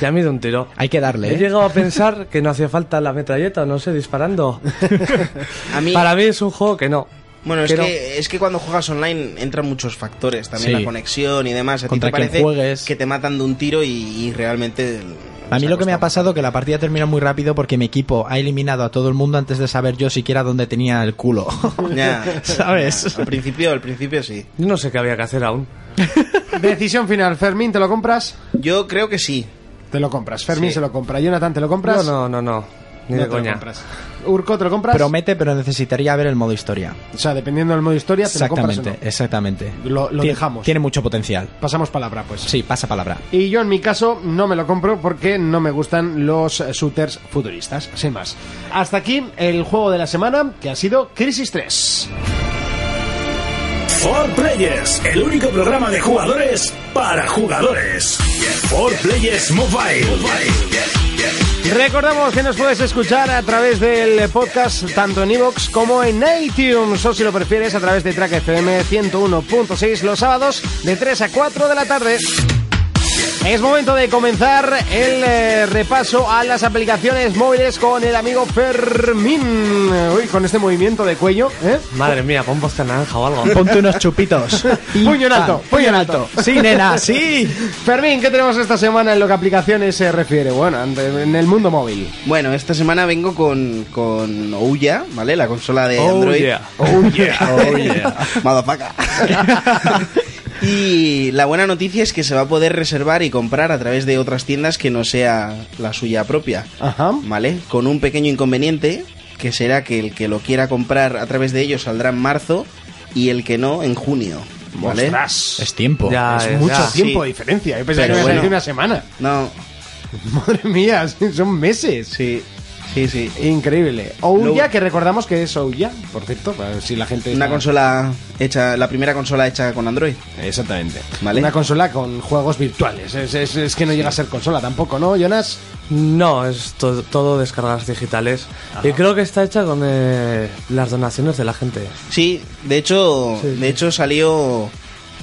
[SPEAKER 6] Ya me dio un tiro.
[SPEAKER 4] Hay que darle.
[SPEAKER 6] He
[SPEAKER 4] ¿eh?
[SPEAKER 6] llegado a pensar que no hacía falta la metralleta, no sé, disparando.
[SPEAKER 5] A mí-
[SPEAKER 6] Para mí es un juego que no.
[SPEAKER 5] Bueno, es
[SPEAKER 6] Pero-
[SPEAKER 5] que, es que cuando juegas online entran muchos factores, también
[SPEAKER 4] Sí.
[SPEAKER 5] la conexión y demás. A ti
[SPEAKER 4] Contra
[SPEAKER 5] te
[SPEAKER 4] quien
[SPEAKER 5] parece
[SPEAKER 4] juegues.
[SPEAKER 5] que te matan de un tiro y, y realmente
[SPEAKER 4] A mí lo que me ha pasado que la partida termina muy rápido porque mi equipo ha eliminado a todo el mundo antes de saber yo siquiera dónde tenía el culo.
[SPEAKER 5] Ya.
[SPEAKER 4] ¿Sabes?
[SPEAKER 5] Al principio, al principio sí.
[SPEAKER 6] Yo no sé qué había que hacer aún.
[SPEAKER 1] Decisión final. Fermín, ¿te lo compras?
[SPEAKER 5] Yo creo que sí.
[SPEAKER 1] Te lo compras. Fermín
[SPEAKER 5] Sí.
[SPEAKER 1] se lo compra. Jonathan, ¿te lo compras?
[SPEAKER 6] No, no, no, no. Ni
[SPEAKER 1] No
[SPEAKER 6] de
[SPEAKER 1] te lo
[SPEAKER 6] coña.
[SPEAKER 1] compras. Urco, ¿te lo compras?
[SPEAKER 4] Promete, pero necesitaría ver el modo historia.
[SPEAKER 1] O sea, dependiendo del modo historia, te lo compras. o no.
[SPEAKER 4] Exactamente, exactamente.
[SPEAKER 1] Lo- lo
[SPEAKER 4] Tien-
[SPEAKER 1] dejamos.
[SPEAKER 4] Tiene mucho potencial.
[SPEAKER 1] Pasamos palabra, pues.
[SPEAKER 4] Sí, pasa palabra.
[SPEAKER 1] Y yo en mi caso no me lo compro porque no me gustan los eh, shooters futuristas, sin más. Hasta aquí el juego de la semana que ha sido Crisis 3.
[SPEAKER 2] For Players, el único programa de jugadores para jugadores. For Players Mobile.
[SPEAKER 1] Recordamos que nos puedes escuchar a través del podcast tanto en iVoox como en iTunes o si lo prefieres a través de Track FM 101.6 los sábados de 3 a 4 de la tarde. Es momento de comenzar el eh, repaso a las aplicaciones móviles con el amigo Fermín. Uy, con este movimiento de cuello, ¿eh?
[SPEAKER 6] Madre mía, pon voz de naranja o algo.
[SPEAKER 4] Ponte unos chupitos.
[SPEAKER 1] Puño en alto, puño en alto.
[SPEAKER 4] Sí, nena, sí.
[SPEAKER 1] Fermín, ¿qué tenemos esta semana en lo que a aplicaciones se refiere? Bueno, ante- en el mundo móvil.
[SPEAKER 5] Bueno, esta semana vengo con, con Ouya, ¿vale? La consola de
[SPEAKER 6] Oh,
[SPEAKER 5] Android.
[SPEAKER 6] yeah.
[SPEAKER 5] Oh yeah. Oh yeah. Motherfucker. y la buena noticia es que se va a poder reservar y comprar a través de otras tiendas que no sea la suya propia.
[SPEAKER 1] Ajá.
[SPEAKER 5] ¿Vale? Con un pequeño inconveniente, que será que el que lo quiera comprar a través de ellos saldrá en marzo y el que no en junio. ¿Vale?
[SPEAKER 1] Ostras.
[SPEAKER 4] Es tiempo.
[SPEAKER 6] Ya,
[SPEAKER 1] Es
[SPEAKER 6] eh,
[SPEAKER 1] mucho
[SPEAKER 6] ya.
[SPEAKER 1] tiempo de
[SPEAKER 5] Sí.
[SPEAKER 1] diferencia. Yo pensaba
[SPEAKER 5] Pero
[SPEAKER 1] que me
[SPEAKER 5] bueno.
[SPEAKER 1] bueno. una semana.
[SPEAKER 5] No,
[SPEAKER 1] Madre mía, son meses.
[SPEAKER 5] sí, sí, sí.
[SPEAKER 1] Increíble. Ouya,
[SPEAKER 5] Lo-
[SPEAKER 1] que recordamos que es Ouya, por cierto, para ver si la gente...
[SPEAKER 5] Una
[SPEAKER 1] está-
[SPEAKER 5] consola hecha, la primera consola hecha con Android,
[SPEAKER 1] Exactamente.
[SPEAKER 5] ¿vale?
[SPEAKER 1] Una consola con juegos virtuales. Es, es- es que no llega a ser consola tampoco, ¿no, Jonas?
[SPEAKER 6] No, es to- todo descargas digitales. Y creo que está hecha con eh, las donaciones de la gente.
[SPEAKER 5] Sí, de hecho,
[SPEAKER 6] Sí, sí.
[SPEAKER 5] de hecho salió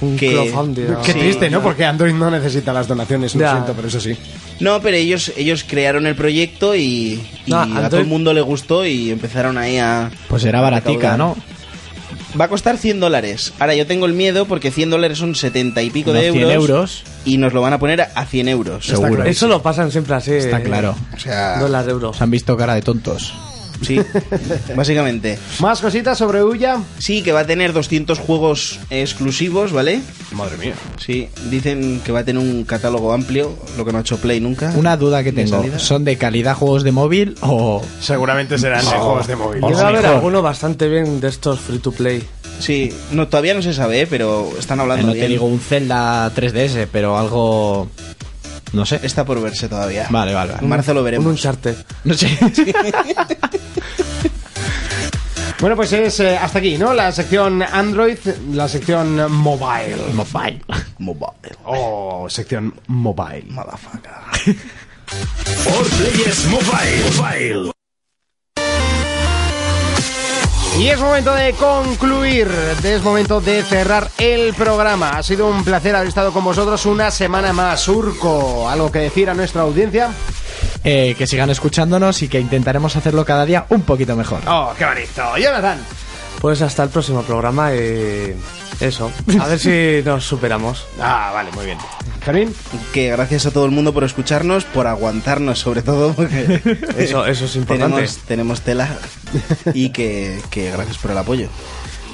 [SPEAKER 6] Un
[SPEAKER 5] que
[SPEAKER 6] crowdfunding. ¿no?
[SPEAKER 1] Qué
[SPEAKER 5] Sí,
[SPEAKER 1] triste, ¿no?
[SPEAKER 5] ya.
[SPEAKER 1] Porque Android no necesita las donaciones, lo
[SPEAKER 6] Ya.
[SPEAKER 1] siento, pero eso sí.
[SPEAKER 5] No, pero ellos ellos crearon el proyecto y, y
[SPEAKER 6] No,
[SPEAKER 5] a
[SPEAKER 6] Android-
[SPEAKER 5] todo el mundo le gustó y empezaron ahí a
[SPEAKER 4] Pues era baratica,
[SPEAKER 5] recaudar.
[SPEAKER 4] ¿no?
[SPEAKER 5] Va a costar 100 dólares. Ahora yo tengo el miedo porque 100 dólares son 70 y pico
[SPEAKER 4] Unos
[SPEAKER 5] de
[SPEAKER 4] 100
[SPEAKER 5] euros,
[SPEAKER 4] euros.
[SPEAKER 5] y nos lo van a poner a 100 euros.
[SPEAKER 4] Seguro.
[SPEAKER 1] claro.
[SPEAKER 6] Eso lo pasan siempre así.
[SPEAKER 4] Está
[SPEAKER 1] eh,
[SPEAKER 4] claro.
[SPEAKER 5] O sea,
[SPEAKER 6] Dólar, euro.
[SPEAKER 4] Os han visto cara de tontos.
[SPEAKER 5] sí, básicamente.
[SPEAKER 1] ¿Más cositas sobre Ouya?
[SPEAKER 5] Sí, que va a tener 200 juegos exclusivos, ¿vale?
[SPEAKER 1] Madre mía.
[SPEAKER 5] Sí, dicen que va a tener un catálogo amplio, lo que no ha hecho Play nunca.
[SPEAKER 4] Una duda que
[SPEAKER 5] ¿De
[SPEAKER 4] tengo.
[SPEAKER 5] salida?
[SPEAKER 4] ¿Son de calidad juegos de móvil o...?
[SPEAKER 1] Seguramente serán
[SPEAKER 7] Oh.
[SPEAKER 1] de juegos de móvil.
[SPEAKER 6] Debe
[SPEAKER 4] lo
[SPEAKER 6] haber
[SPEAKER 4] mejor.
[SPEAKER 6] alguno bastante bien de estos free to play.
[SPEAKER 5] Sí, no, todavía no se sabe, ¿eh? pero están
[SPEAKER 4] Eh,
[SPEAKER 5] hablando
[SPEAKER 4] No
[SPEAKER 5] bien.
[SPEAKER 4] te digo un Zelda 3DS, pero algo... No sé.
[SPEAKER 5] Está por verse todavía.
[SPEAKER 4] Vale, vale,
[SPEAKER 5] En
[SPEAKER 4] vale.
[SPEAKER 5] marzo lo
[SPEAKER 6] Un
[SPEAKER 5] veremos.
[SPEAKER 6] Uncharted.
[SPEAKER 4] No sé.
[SPEAKER 1] Bueno, pues es eh, hasta aquí, ¿no? La sección Android, la sección mobile.
[SPEAKER 4] Mobile.
[SPEAKER 5] Mobile.
[SPEAKER 1] Oh, sección mobile.
[SPEAKER 5] Motherfucker.
[SPEAKER 2] For Players Mobile.
[SPEAKER 1] Y es momento de concluir, es momento de cerrar el programa. Ha sido un placer haber estado con vosotros una semana más. Urco, ¿algo que decir a nuestra audiencia?
[SPEAKER 4] Eh, que sigan escuchándonos y que intentaremos hacerlo cada día un poquito mejor.
[SPEAKER 1] Oh, qué bonito. Jonathan.
[SPEAKER 6] Pues hasta el próximo programa y eso. A ver si nos superamos.
[SPEAKER 1] Ah, vale, muy bien. Fermín.
[SPEAKER 5] Que gracias a todo el mundo por escucharnos, por aguantarnos sobre todo, porque
[SPEAKER 6] Eso, eso es importante.
[SPEAKER 5] tenemos, tenemos tela. Y que, que gracias por el apoyo.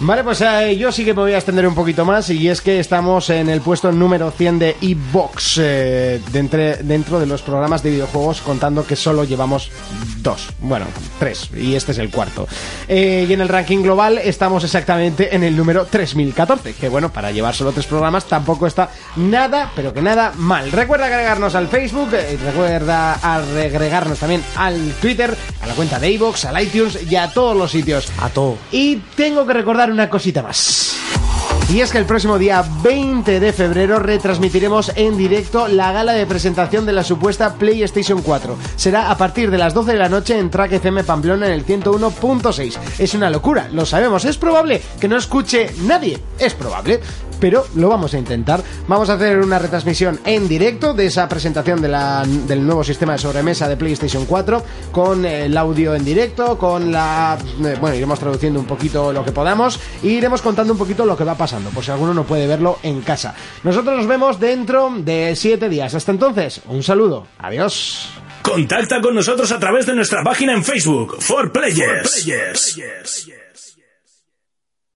[SPEAKER 1] Vale, pues eh, yo sí que me voy a extender un poquito más y es que estamos en el puesto número 100 de iBox dentro, dentro de los programas de videojuegos contando que solo llevamos dos, bueno, tres y este es el cuarto. Eh, y en el ranking global estamos exactamente en el número 3014, que bueno, para llevar solo tres programas tampoco está nada, pero que nada mal. Recuerda agregarnos al Facebook, eh, recuerda agregarnos también al Twitter, a la cuenta de iBox, al iTunes y a todos los sitios.
[SPEAKER 6] A todo.
[SPEAKER 1] Y tengo que recordar una cosita más. Y es que el próximo día 20 de febrero retransmitiremos en directo la gala de presentación de la supuesta PlayStation 4. Será a partir de las 12 de la noche en Track FM Pamplona en el 101.6. Es una locura, lo sabemos, es probable que no escuche nadie, es probable. pero lo vamos a intentar. Vamos a hacer una retransmisión en directo de esa presentación de la- del nuevo sistema de sobremesa de PlayStation 4 con eh, el audio en directo, con la... eh, Bueno, iremos traduciendo un poquito lo que podamos y iremos contando un poquito lo que va pasando, por si alguno no puede verlo en casa. Nosotros nos vemos dentro de siete días. Hasta entonces, un saludo. Adiós.
[SPEAKER 2] Contacta con nosotros a través de nuestra página en Facebook, For Players.